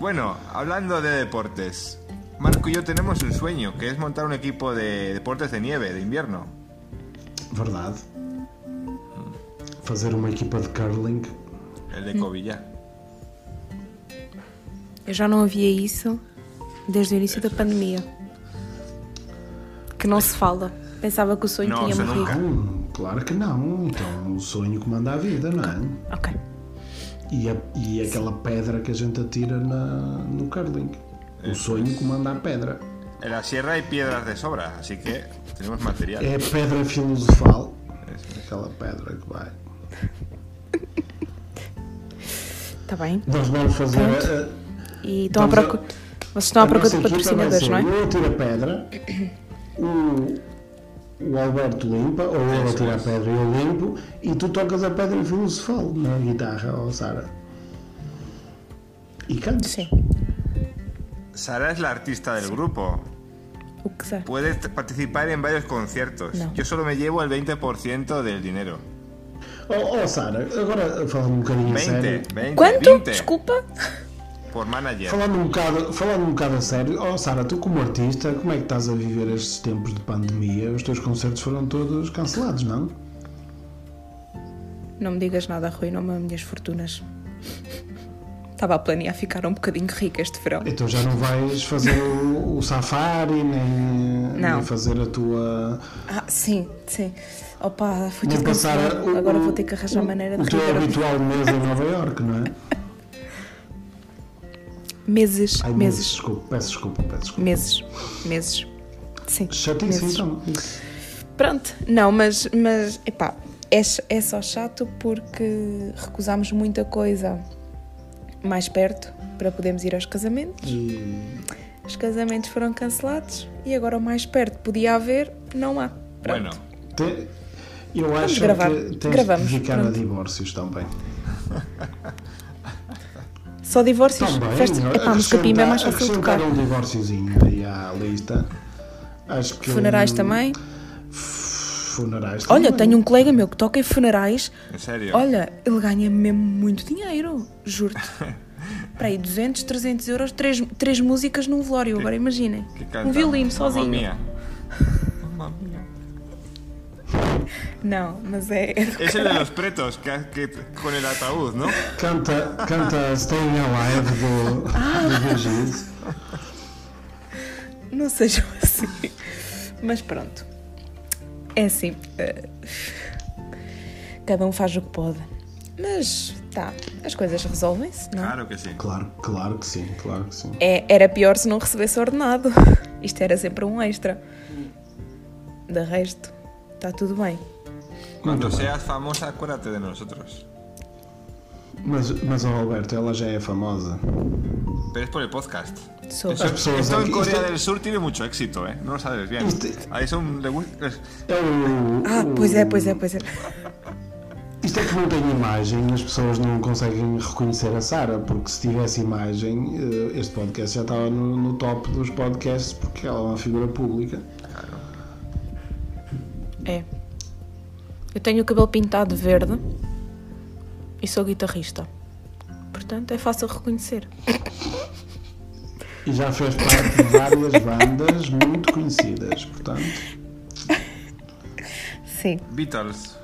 [SPEAKER 4] Bueno, hablando de deportes, Marco y yo tenemos un sueño, que es montar un equipo de deportes de nieve, de invierno.
[SPEAKER 2] Verdade. Fazer uma equipa de curling.
[SPEAKER 4] El de Covilla.
[SPEAKER 3] eu já não havia isso desde o início da pandemia. Que não se fala. Pensava que o sonho
[SPEAKER 4] Não,
[SPEAKER 3] tinha
[SPEAKER 4] você
[SPEAKER 3] morrido.
[SPEAKER 4] nunca.
[SPEAKER 2] Hum, claro que não, então o sonho comanda a vida, não é?
[SPEAKER 3] Ok.
[SPEAKER 2] E, a- e aquela pedra que a gente atira na- no curling. O sonho comanda a pedra.
[SPEAKER 4] En la sierra hay piedras de sobra, así que tenemos material.
[SPEAKER 2] É a pedra filosofal. Aquela pedra que vai.
[SPEAKER 3] Está tá bem.
[SPEAKER 2] Nós vamos fazer.
[SPEAKER 3] Pronto.
[SPEAKER 2] a-
[SPEAKER 3] E estão à
[SPEAKER 2] Estamos a-
[SPEAKER 3] procura. Vocês estão à
[SPEAKER 2] a
[SPEAKER 3] procura
[SPEAKER 2] nossa
[SPEAKER 3] de
[SPEAKER 2] equipa vai
[SPEAKER 3] patrocinadores,
[SPEAKER 2] ser
[SPEAKER 3] não é?
[SPEAKER 2] Eu atiro a pedra, o, o Alberto limpa, ou eu
[SPEAKER 4] Isso,
[SPEAKER 2] atiro a
[SPEAKER 4] isso.
[SPEAKER 2] pedra e eu limpo, e tu tocas a pedra filosofal na guitarra, ó Sara. E cantas.
[SPEAKER 3] Sim.
[SPEAKER 4] Sara es la artista del grupo.
[SPEAKER 3] O que quiser.
[SPEAKER 4] Puede t- participar en varios conciertos.
[SPEAKER 3] No.
[SPEAKER 4] Yo solo me llevo el 20% del dinero.
[SPEAKER 2] Oh, oh Sara, agora falando um bocadinho a
[SPEAKER 4] 20,
[SPEAKER 2] sério.
[SPEAKER 4] 20,
[SPEAKER 3] Quanto?
[SPEAKER 4] 20
[SPEAKER 3] Desculpa.
[SPEAKER 4] por manager.
[SPEAKER 2] Falando um, bocado, falando um bocado a sério, oh Sara, tu como artista, como é que estás a viver estes tempos de pandemia? Os teus concertos foram todos cancelados, não?
[SPEAKER 3] Não me digas nada, Rui, não me minhas fortunas. Estava a planear ficar um bocadinho rica este verão.
[SPEAKER 2] Então já não vais fazer o, o safari, nem,
[SPEAKER 3] Não.
[SPEAKER 2] nem fazer a tua.
[SPEAKER 3] Ah, sim, sim. Opa, fui
[SPEAKER 2] nem
[SPEAKER 3] tudo
[SPEAKER 2] passar a-
[SPEAKER 3] cancelado.
[SPEAKER 2] o-
[SPEAKER 3] Agora
[SPEAKER 2] o-
[SPEAKER 3] vou ter que arranjar
[SPEAKER 2] o-
[SPEAKER 3] maneira
[SPEAKER 2] O
[SPEAKER 3] de
[SPEAKER 2] teu
[SPEAKER 3] rica.
[SPEAKER 2] habitual mês em Nova Iorque, não é?
[SPEAKER 3] Meses,
[SPEAKER 2] Ai, meses,
[SPEAKER 3] meses,
[SPEAKER 2] desculpa, peço desculpa, peço desculpa.
[SPEAKER 3] meses, meses. Sim.
[SPEAKER 2] Chatice
[SPEAKER 3] meses.
[SPEAKER 2] então. isso.
[SPEAKER 3] Pronto, não, mas, mas epá, é, ch- é só chato porque recusámos muita coisa mais perto para podermos ir aos casamentos. Os casamentos foram cancelados e agora o mais perto podia haver, não há. Pronto.
[SPEAKER 4] Bueno,
[SPEAKER 2] Te- eu acho
[SPEAKER 3] gravar.
[SPEAKER 2] que tens
[SPEAKER 3] Gravamos,
[SPEAKER 2] de dedicar a
[SPEAKER 3] pronto.
[SPEAKER 2] divórcios também.
[SPEAKER 3] Só divórcios,
[SPEAKER 2] Também,
[SPEAKER 3] festas.
[SPEAKER 2] não é?
[SPEAKER 3] Epá, música pimba é mais fácil de
[SPEAKER 2] acrescentar
[SPEAKER 3] tocar.
[SPEAKER 2] um divórciozinho aí à lista. Acho
[SPEAKER 4] um
[SPEAKER 2] que,
[SPEAKER 3] Funerais
[SPEAKER 2] hum,
[SPEAKER 3] também.
[SPEAKER 2] Funerais
[SPEAKER 3] Olha, eu
[SPEAKER 2] também.
[SPEAKER 3] tenho um colega meu que toca em funerais.
[SPEAKER 4] en serio.
[SPEAKER 3] Olha, ele ganha mesmo muito dinheiro, juro-te. Para aí, 200, 300 euros, três, três músicas num velório, agora imaginem.
[SPEAKER 4] Que canta.
[SPEAKER 3] Um violino
[SPEAKER 4] Mamma
[SPEAKER 3] sozinho.
[SPEAKER 4] mia. Mamma mia.
[SPEAKER 3] Não, mas é. é do
[SPEAKER 4] Es el de
[SPEAKER 3] caralho.
[SPEAKER 4] los pretos, que, que- con el ataúd, ¿no?
[SPEAKER 2] Canta, canta Staying Alive do,
[SPEAKER 3] Ah!
[SPEAKER 2] do Bee Gees.
[SPEAKER 3] Não sejam assim. Mas pronto. É assim. eh, Cada um faz o que pode. Mas tá, as coisas resolvem-se, não é?
[SPEAKER 4] Claro que sí.
[SPEAKER 2] Claro, claro que sim, claro que sim.
[SPEAKER 3] É- era pior se não recebesse ordenado. Isto era sempre um extra. De resto, está tudo bem.
[SPEAKER 4] Cuando seas famosa, acuérdate de nosotros.
[SPEAKER 2] Mas, mas oh, Alberto, ela já é famosa.
[SPEAKER 4] Pero es por el podcast.
[SPEAKER 3] Sou.
[SPEAKER 4] Eso-
[SPEAKER 2] Las personas
[SPEAKER 4] esto en
[SPEAKER 2] aquí-
[SPEAKER 4] Corea
[SPEAKER 2] esto-
[SPEAKER 4] del Sur tiene mucho éxito, ¿eh? No lo sabes bien.
[SPEAKER 2] Este-
[SPEAKER 4] Ahí son... le gu- es-
[SPEAKER 2] É o-
[SPEAKER 3] Ah,
[SPEAKER 2] o-
[SPEAKER 3] pois é, pois é, pois é.
[SPEAKER 2] Isto é que não tem imagem, as pessoas não conseguem reconhecer a Sara, porque se tivesse imagem, eh, este podcast já estava no, no top dos podcasts, porque ela é uma figura pública.
[SPEAKER 3] É. Eu tenho o cabelo pintado de verde e sou guitarrista. Portanto, é fácil reconhecer.
[SPEAKER 2] E já fez parte de várias bandas muito conhecidas, portanto.
[SPEAKER 3] Sim.
[SPEAKER 4] Beatles.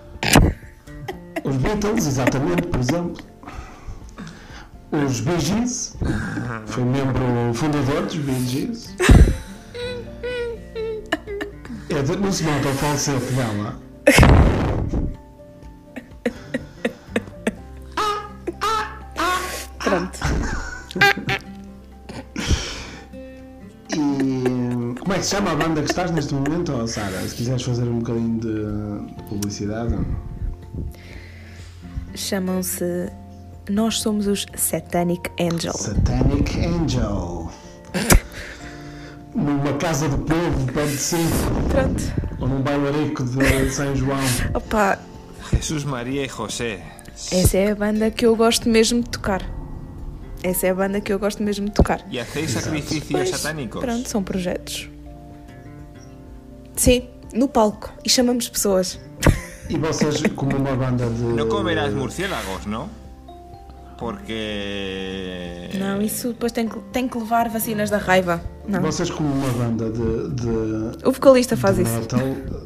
[SPEAKER 2] Os Beatles, exatamente, por exemplo. Os Bee Gees, foi um membro fundador dos Bee Gees. É de- não se nota o falsete dela.
[SPEAKER 3] Pronto.
[SPEAKER 2] E como é que se chama a banda que estás neste momento, oh, Sara? Se quiseres fazer um bocadinho de, de publicidade.
[SPEAKER 3] Chamam-se. Nós somos os Satanic Angels.
[SPEAKER 2] Satanic Angel. Numa casa do povo, pode ser.
[SPEAKER 3] Pronto.
[SPEAKER 2] Ou num bailarico de São João.
[SPEAKER 3] Opa,
[SPEAKER 4] Jesús, María y José.
[SPEAKER 3] essa é a banda que eu gosto mesmo de tocar. Essa é a banda que eu gosto mesmo de tocar.
[SPEAKER 4] Y hacéis sacrificios
[SPEAKER 3] Pois,
[SPEAKER 4] satánicos.
[SPEAKER 3] Pronto, são projetos. Sim, no palco. E chamamos pessoas.
[SPEAKER 2] E vocês, como uma banda de.
[SPEAKER 4] No comerás murciélagos, ¿no? Porque...
[SPEAKER 3] Não, isso depois tem que, tem que levar vacinas da raiva. Não.
[SPEAKER 2] Vocês, como uma banda de. de
[SPEAKER 3] O vocalista faz
[SPEAKER 2] de
[SPEAKER 3] isso.
[SPEAKER 2] metal,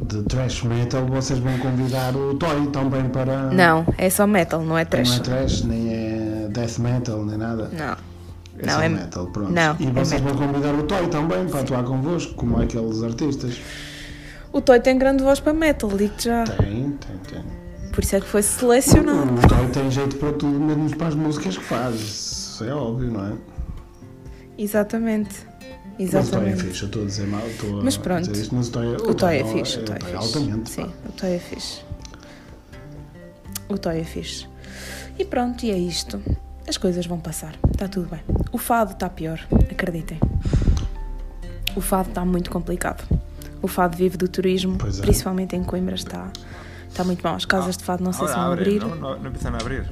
[SPEAKER 2] de thrash metal, vocês vão convidar o Toy também para.
[SPEAKER 3] Não, é só metal, não
[SPEAKER 2] Não
[SPEAKER 3] é
[SPEAKER 2] é
[SPEAKER 3] trash.
[SPEAKER 2] thrash, nem é death metal, nem nada.
[SPEAKER 3] Não.
[SPEAKER 2] É
[SPEAKER 3] Não,
[SPEAKER 2] só
[SPEAKER 3] é-
[SPEAKER 2] metal, pronto.
[SPEAKER 3] não,
[SPEAKER 2] e
[SPEAKER 3] é
[SPEAKER 2] vocês
[SPEAKER 3] metal.
[SPEAKER 2] vão convidar o Toy também para atuar convosco, como aqueles artistas.
[SPEAKER 3] O Toy tem grande voz para metal, digo-te já.
[SPEAKER 2] Tem, tem, tem.
[SPEAKER 3] Por isso é que foi selecionado.
[SPEAKER 2] O Toy tem jeito para tudo, menos para as músicas que faz. Isso é óbvio, não é?
[SPEAKER 3] Exatamente.
[SPEAKER 2] Mas o Toy é
[SPEAKER 3] Exatamente.
[SPEAKER 2] fixe, eu estou a dizer mal. Estou
[SPEAKER 3] Mas
[SPEAKER 2] a
[SPEAKER 3] pronto.
[SPEAKER 2] dizer isto, mas o Toy,
[SPEAKER 3] O Toy é
[SPEAKER 2] Toy
[SPEAKER 3] fixe, o
[SPEAKER 2] o
[SPEAKER 3] Toy é
[SPEAKER 2] Toy
[SPEAKER 3] fixe.
[SPEAKER 2] altamente.
[SPEAKER 3] Sim,
[SPEAKER 2] pá.
[SPEAKER 3] o Toy é fixe. O Toy é fixe. E pronto, e é isto. As coisas vão passar, está tudo bem. O fado está pior, acreditem. O fado está muito complicado. O fado vive do turismo,
[SPEAKER 2] Pois é.
[SPEAKER 3] principalmente em Coimbra, está, está muito mal. As casas de fado não sei se
[SPEAKER 4] Ahora
[SPEAKER 3] vão
[SPEAKER 4] abren,
[SPEAKER 3] abrir.
[SPEAKER 4] ¿no? No, no empiezan a abrir.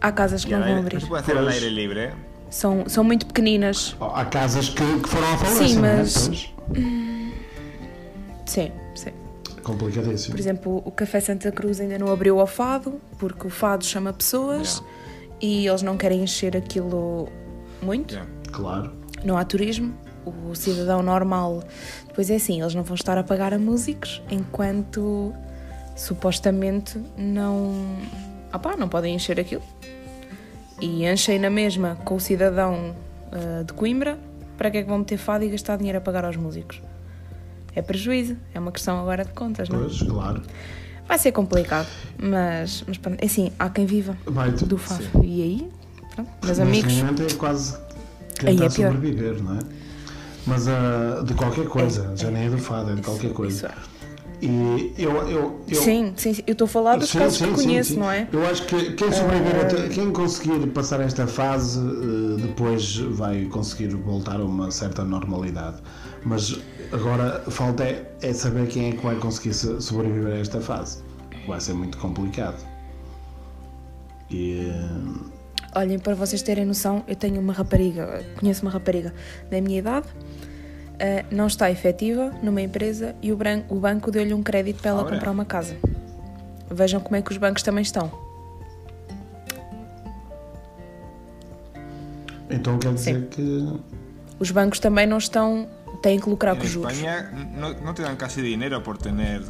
[SPEAKER 3] Há casas que não
[SPEAKER 4] Y al
[SPEAKER 3] vão
[SPEAKER 4] aire- no
[SPEAKER 3] abrir.
[SPEAKER 4] se puede hacer al
[SPEAKER 2] Pues
[SPEAKER 4] aire libre. ¿eh?
[SPEAKER 3] São, são muito pequeninas.
[SPEAKER 2] Oh, Há casas que, que foram à falência,
[SPEAKER 3] Sim,
[SPEAKER 2] não é?
[SPEAKER 3] mas-
[SPEAKER 2] Pois.
[SPEAKER 3] Sim, sim.
[SPEAKER 2] Complicadíssimo.
[SPEAKER 3] Por exemplo, o Café Santa Cruz ainda não abriu ao fado, porque o fado chama pessoas e eles não querem encher aquilo muito.
[SPEAKER 4] Ya.
[SPEAKER 2] Claro.
[SPEAKER 3] Não há turismo. O cidadão normal. Depois é assim, eles não vão estar a pagar a músicos enquanto supostamente não. Ah pá, não podem encher aquilo. E enchem na mesma com o cidadão ah, de Coimbra. Para que é que vão meter fado e gastar dinheiro a pagar aos músicos? É prejuízo, é uma questão agora de contas, não é?
[SPEAKER 2] Pois, claro.
[SPEAKER 3] Vai ser complicado, mas, mas pronto, é assim, há quem viva
[SPEAKER 2] Vai, tu-
[SPEAKER 3] do Fafo. E aí, pronto, meus amigos,
[SPEAKER 2] Neste momento é quase tentar
[SPEAKER 3] Aí é pior.
[SPEAKER 2] sobreviver, não é? Mas ah, de qualquer coisa, já nem é do fado, é de qualquer
[SPEAKER 3] isso
[SPEAKER 2] coisa.
[SPEAKER 3] é.
[SPEAKER 2] E eu. eu, eu
[SPEAKER 3] sim, sim, sim, eu estou a falar dos
[SPEAKER 2] Sim,
[SPEAKER 3] casos
[SPEAKER 2] sim,
[SPEAKER 3] que
[SPEAKER 2] sim,
[SPEAKER 3] conheço,
[SPEAKER 2] sim.
[SPEAKER 3] não é? Eh,
[SPEAKER 2] Eu acho que quem, sobreviver até- quem conseguir passar esta fase eh, depois vai conseguir voltar a uma certa normalidade. Mas agora falta é, é saber quem é que vai conseguir se- sobreviver a esta fase. Vai ser muito complicado. E. eh,
[SPEAKER 3] Olhem, para vocês terem noção, eu tenho uma rapariga, conheço uma rapariga da minha idade, ah, não está efetiva numa empresa e o, bran- o banco deu-lhe um crédito para ela
[SPEAKER 4] Ora.
[SPEAKER 3] comprar uma casa. Vejam como é que os bancos também estão.
[SPEAKER 2] Então quer dizer
[SPEAKER 3] Sim.
[SPEAKER 2] que.
[SPEAKER 3] Os bancos também não estão, têm que lucrar
[SPEAKER 4] En
[SPEAKER 3] com os juros.
[SPEAKER 4] España no, no te dan casi dinero por tener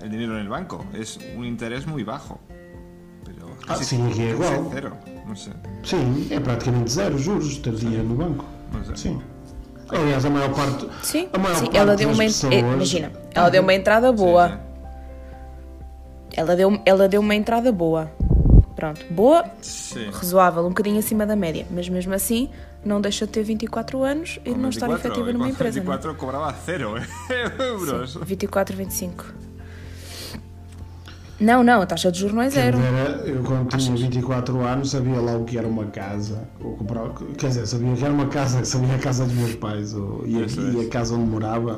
[SPEAKER 4] el dinero en el banco. Es un interés muy bajo. Pero
[SPEAKER 2] Ah,
[SPEAKER 4] casi-
[SPEAKER 2] sí, que
[SPEAKER 4] casi
[SPEAKER 2] igual.
[SPEAKER 4] cero. No sé.
[SPEAKER 2] Sim, é praticamente zero juros ter dinheiro no banco.
[SPEAKER 4] Mas é.
[SPEAKER 2] Sim. Aliás, a maior parte.
[SPEAKER 3] Sim,
[SPEAKER 2] a maior
[SPEAKER 3] sim,
[SPEAKER 2] parte
[SPEAKER 3] ela deu
[SPEAKER 2] das
[SPEAKER 3] uma en-
[SPEAKER 2] pessoas- Uhum.
[SPEAKER 3] eh, imagina, ela deu uma entrada boa.
[SPEAKER 4] Sí, sí.
[SPEAKER 3] Ela deu, ela deu uma entrada boa. Pronto, boa,
[SPEAKER 4] Sí.
[SPEAKER 3] razoável, um bocadinho acima da média. Mas mesmo assim, não deixa de ter 24 anos e
[SPEAKER 4] Con
[SPEAKER 3] não estar
[SPEAKER 4] 24,
[SPEAKER 3] efetiva
[SPEAKER 4] y
[SPEAKER 3] numa
[SPEAKER 4] con
[SPEAKER 3] empresa. não é?
[SPEAKER 4] 24 ¿eh? cobraba cero euros.
[SPEAKER 3] Sim, 24, 25. Não, não, a taxa de juros não é
[SPEAKER 2] Quer
[SPEAKER 3] zero.
[SPEAKER 2] dizer, eu quando tinha 24 anos sabia lá o que era uma casa. Ou comprar, quer dizer, sabia o que era uma casa, sabia a casa dos meus pais ou, e, a,
[SPEAKER 4] Isso,
[SPEAKER 2] e a
[SPEAKER 4] isso.
[SPEAKER 2] casa onde morava.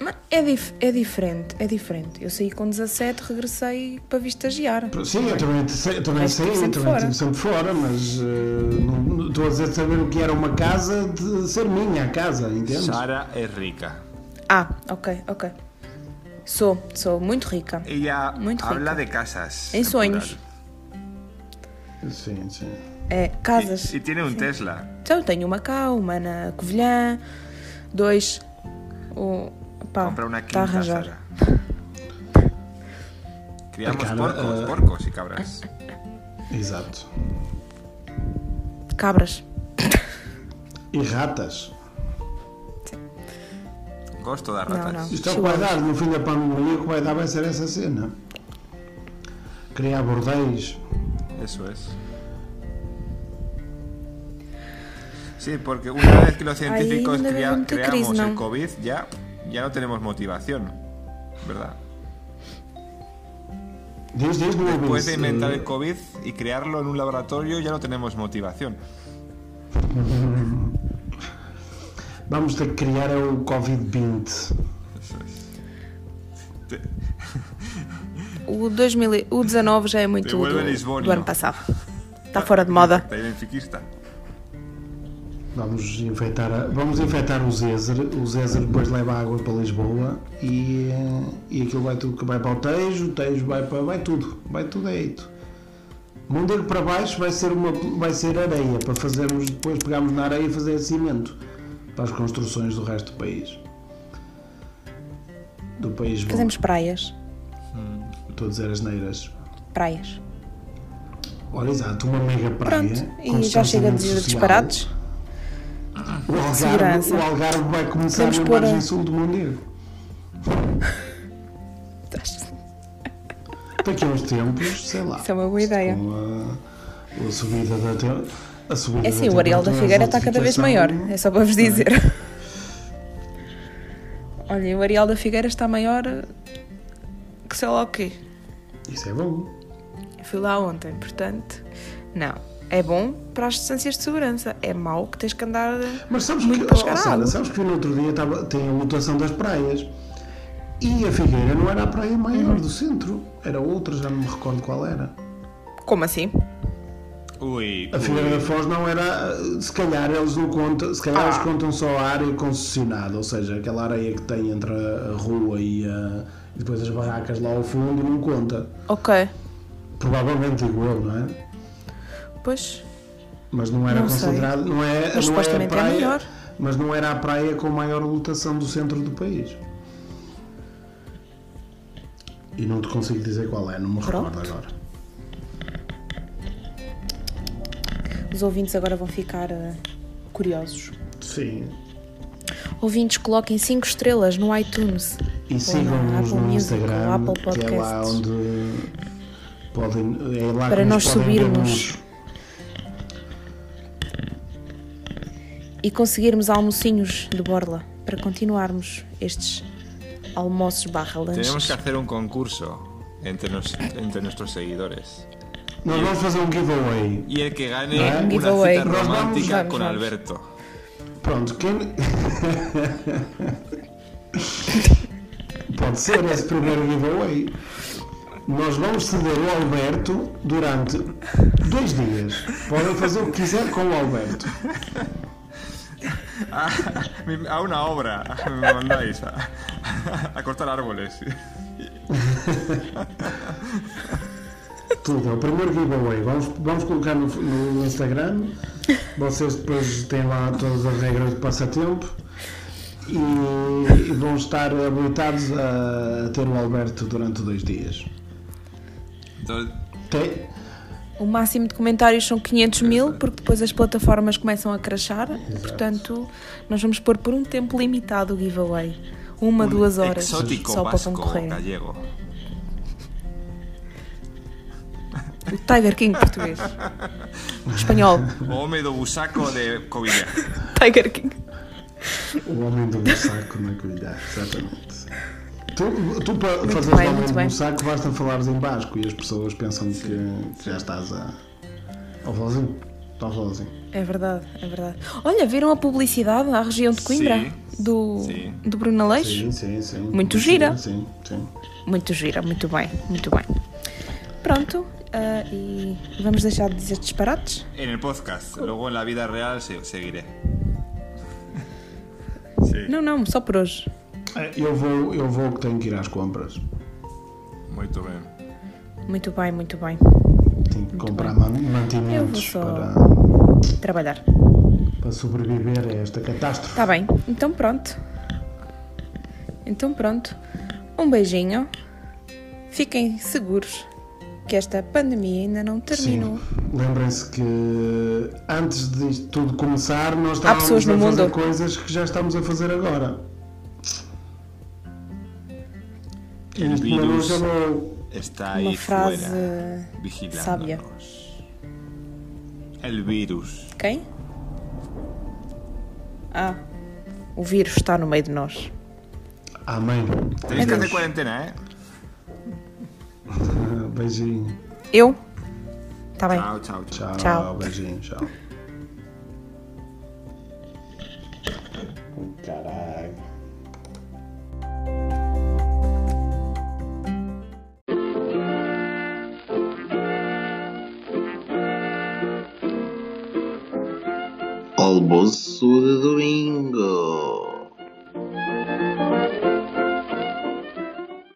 [SPEAKER 3] Mas é, dif- é diferente, é diferente. Eu saí com 17, regressei para vir estagiar.
[SPEAKER 2] Sim, eu também, sei- eu também
[SPEAKER 3] Mas
[SPEAKER 2] sei, eu
[SPEAKER 3] sempre
[SPEAKER 2] também
[SPEAKER 3] fora.
[SPEAKER 2] estive sempre fora, mas eh, não- não- estou a dizer saber o que era uma casa de ser minha a casa, entendes?
[SPEAKER 4] Sara es rica.
[SPEAKER 3] Ah, ok, ok. Sou, sou muito rica.
[SPEAKER 4] Ella
[SPEAKER 3] Muy rica.
[SPEAKER 4] habla de casas.
[SPEAKER 3] En
[SPEAKER 4] plural.
[SPEAKER 3] sueños.
[SPEAKER 2] Sim, sim.
[SPEAKER 3] É, casas.
[SPEAKER 4] Y, y tiene un Tesla.
[SPEAKER 3] Então, tenho uma cá, uma na Covilhã, dois. O. Pá,
[SPEAKER 4] Compra una
[SPEAKER 3] está a
[SPEAKER 4] quinta,
[SPEAKER 3] arranjar.
[SPEAKER 4] Sara. Criamos
[SPEAKER 2] Claro,
[SPEAKER 4] porcos,
[SPEAKER 2] eh.
[SPEAKER 4] porcos y cabras.
[SPEAKER 2] Exato.
[SPEAKER 3] Cabras.
[SPEAKER 2] E ratas.
[SPEAKER 4] Gosto de ratas.
[SPEAKER 3] no.
[SPEAKER 2] Isto é o que vai dar, no fim da pandemia, o que vai dar vai ser essa cena. Criar bordéis.
[SPEAKER 4] Eso es. Sí, porque una vez que los científicos
[SPEAKER 3] donde
[SPEAKER 4] crea-
[SPEAKER 3] veo un
[SPEAKER 4] creamos
[SPEAKER 3] tucrismo.
[SPEAKER 4] el COVID, ya, ya no tenemos motivación, ¿verdad?
[SPEAKER 2] Diz, diz, não ouvi.
[SPEAKER 4] Después de inventar el COVID y crearlo en un laboratorio, ya no tenemos motivación.
[SPEAKER 2] Vamos ter que criar é o Covid-20.
[SPEAKER 4] Eso es.
[SPEAKER 3] O, 2000 e- o 19 já é muito do,
[SPEAKER 4] Devuelve Lisbonio.
[SPEAKER 3] do ano passado. Está fora de moda.
[SPEAKER 4] Está benfiquista.
[SPEAKER 2] Vamos infectar, a- vamos infectar o Zézer, o Zézer depois leva a água para Lisboa e, eh, e aquilo vai tudo que vai para o Tejo, o Tejo vai para. vai tudo, vai tudo é isso. Mondego para baixo vai ser, uma, vai ser areia, para fazermos, depois pegarmos na areia e fazer cimento para as construções do resto do país. Do país bom,
[SPEAKER 3] Fazemos praias.
[SPEAKER 2] estou a dizer as neiras.
[SPEAKER 3] Praias.
[SPEAKER 2] Ora, exato, uma mega praia.
[SPEAKER 3] Pronto.
[SPEAKER 2] com
[SPEAKER 3] E já chega de
[SPEAKER 2] distanciamento
[SPEAKER 3] dizer
[SPEAKER 2] social.
[SPEAKER 3] disparates.
[SPEAKER 2] O Algarve,
[SPEAKER 3] Segurança.
[SPEAKER 2] o Algarve vai começar
[SPEAKER 3] Podemos
[SPEAKER 2] na
[SPEAKER 3] pôr a-
[SPEAKER 2] margem sul do Mondego. Daqui a uns tempos, sei lá.
[SPEAKER 3] Isso é uma boa ideia.
[SPEAKER 2] Com a, a subida da te... a subida
[SPEAKER 3] É assim,
[SPEAKER 2] da
[SPEAKER 3] o areal da
[SPEAKER 2] temperatura,
[SPEAKER 3] Figueira
[SPEAKER 2] a
[SPEAKER 3] está cada vez maior.
[SPEAKER 2] desertificação.
[SPEAKER 3] É só para vos dizer. Olha, o areal da Figueira está maior eh, que sei lá o quê.
[SPEAKER 2] Isso é bom.
[SPEAKER 3] Eu fui lá ontem, portanto. Não. É bom para as distâncias de segurança. É mau que tens que andar.
[SPEAKER 2] Mas sabes
[SPEAKER 3] Muito
[SPEAKER 2] que,
[SPEAKER 3] para
[SPEAKER 2] oh,
[SPEAKER 3] chegar à
[SPEAKER 2] Sara,
[SPEAKER 3] água.
[SPEAKER 2] sabes que no outro dia estava, tem a mutação das praias e a Figueira não era a praia
[SPEAKER 3] Uhum.
[SPEAKER 2] maior do centro, era outra, já não me recordo qual era.
[SPEAKER 3] Como assim?
[SPEAKER 4] Uy,
[SPEAKER 2] A Figueira da Foz não era, se calhar eles não contam, se calhar
[SPEAKER 3] Ah.
[SPEAKER 2] eles contam só a área concessionada, ou seja, aquela areia que tem entre a a rua e, a- e depois as barracas lá ao fundo não conta.
[SPEAKER 3] Ok.
[SPEAKER 2] Provavelmente igual, não é?
[SPEAKER 3] Pois.
[SPEAKER 2] Mas não era
[SPEAKER 3] Não sei.
[SPEAKER 2] considerado, não é, não
[SPEAKER 3] Mas
[SPEAKER 2] é a
[SPEAKER 3] supostamente é
[SPEAKER 2] praia,
[SPEAKER 3] maior.
[SPEAKER 2] mas não era a praia com maior lotação do centro do país. E não te consigo dizer qual é, não me recordo
[SPEAKER 3] Pronto.
[SPEAKER 2] agora.
[SPEAKER 3] Os ouvintes agora vão ficar eh, curiosos.
[SPEAKER 2] Sim.
[SPEAKER 3] Ouvintes, coloquem 5 estrelas no iTunes.
[SPEAKER 2] E
[SPEAKER 3] Ou na
[SPEAKER 2] sigam-nos
[SPEAKER 3] Apple
[SPEAKER 2] no
[SPEAKER 3] Music, ou
[SPEAKER 2] Instagram,
[SPEAKER 3] Apple
[SPEAKER 2] que é lá
[SPEAKER 3] Podcasts.
[SPEAKER 2] onde podem. É lá
[SPEAKER 3] Para
[SPEAKER 2] que nos
[SPEAKER 3] nós
[SPEAKER 2] podem ver
[SPEAKER 3] subirmos. E conseguirmos almocinhos de borla para continuarmos estes almoços barra
[SPEAKER 4] tenemos
[SPEAKER 3] lanches.
[SPEAKER 4] que hacer un concurso entre, nos- entre nuestros seguidores.
[SPEAKER 2] nos- Nós vamos fazer um giveaway.
[SPEAKER 4] Y el que gane
[SPEAKER 2] Eh,
[SPEAKER 4] una
[SPEAKER 3] giveaway.
[SPEAKER 4] cita
[SPEAKER 2] Nos vamos,
[SPEAKER 4] romántica
[SPEAKER 3] vamos,
[SPEAKER 4] con
[SPEAKER 3] vamos.
[SPEAKER 4] Alberto.
[SPEAKER 2] Pronto, quem. Pode ser esse primeiro giveaway. Nós vamos ceder o Alberto durante dois dias. Podem fazer o que quiser com o Alberto.
[SPEAKER 4] A, a una obra me mandáis a, a cortar árboles.
[SPEAKER 2] Tudo, é o primeiro giveaway. Vamos, vamos colocar no, no Instagram. Vocês depois têm lá todas as regras de passatempo e, e vão estar habilitados a ter o Alberto durante dois dias.
[SPEAKER 4] Entonces,
[SPEAKER 2] Tem,
[SPEAKER 3] O máximo de comentários são 500 mil, porque depois as plataformas começam a crashar. Portanto, nós vamos pôr por um tempo limitado o giveaway. Uma, duas horas.
[SPEAKER 4] é Exótico
[SPEAKER 3] só para
[SPEAKER 4] vasco
[SPEAKER 3] concorrer.
[SPEAKER 4] gallego.
[SPEAKER 3] O Tiger King português. Espanhol.
[SPEAKER 4] Home do busaco de Covilla.
[SPEAKER 3] Tiger King.
[SPEAKER 2] O homem do saco na cuidar, exatamente. Tu, tu para
[SPEAKER 3] Muito
[SPEAKER 2] fazeres
[SPEAKER 3] bem,
[SPEAKER 2] algum
[SPEAKER 3] muito
[SPEAKER 2] um
[SPEAKER 3] bem.
[SPEAKER 2] saco basta falares em basco e as pessoas pensam que, que já estás a. ao sozinho. Estás sozinho.
[SPEAKER 3] É verdade, é verdade. Olha, viram a publicidade à região de Coimbra?
[SPEAKER 4] Sim,
[SPEAKER 3] do,
[SPEAKER 4] sim.
[SPEAKER 3] do Bruno Aleixo?
[SPEAKER 2] Sim, sim, sim.
[SPEAKER 3] Muito gira.
[SPEAKER 2] Sim, sim.
[SPEAKER 3] Muito gira, muito bem, muito bem. Pronto, ah, e vamos deixar de dizer disparates?
[SPEAKER 4] En el podcast, luego en la vida real se- seguiré. Sí,
[SPEAKER 3] Não, não, só por hoje.
[SPEAKER 2] É, Eu vou, eu vou que tenho que ir às compras.
[SPEAKER 4] muy bien.
[SPEAKER 3] Muito bem, muito bem.
[SPEAKER 2] Tenho que comprar
[SPEAKER 3] bem.
[SPEAKER 2] man- mantimentos
[SPEAKER 3] Eu vou só-
[SPEAKER 2] para,
[SPEAKER 3] Trabalhar.
[SPEAKER 2] para sobreviver a esta catástrofe.
[SPEAKER 3] Tá bem, então pronto. Então pronto. Um beijinho. Fiquem seguros que esta pandemia ainda não terminou.
[SPEAKER 2] Sim. Lembrem-se que antes de tudo começar, nós
[SPEAKER 3] Há pessoas
[SPEAKER 2] estávamos
[SPEAKER 3] no
[SPEAKER 2] a fazer
[SPEAKER 3] mundo.
[SPEAKER 2] coisas que já estamos a fazer agora.
[SPEAKER 4] El
[SPEAKER 2] Isto não
[SPEAKER 4] virus
[SPEAKER 2] acabou.
[SPEAKER 4] Está
[SPEAKER 3] Uma
[SPEAKER 4] ahí fuera,
[SPEAKER 3] frase. sabia.
[SPEAKER 4] vigilándonos. El virus.
[SPEAKER 3] Quem? Ah, o vírus está no meio de nós.
[SPEAKER 2] Amém.
[SPEAKER 4] Tenéis que hacer cuarentena, ¿eh?
[SPEAKER 2] Beijinho.
[SPEAKER 3] Eu? Tá bem.
[SPEAKER 4] Chao, chao,
[SPEAKER 2] Tchau.
[SPEAKER 4] chao.
[SPEAKER 3] Tchau.
[SPEAKER 2] Beijinho. Tchau. Caralho.
[SPEAKER 1] Almoço de domingo.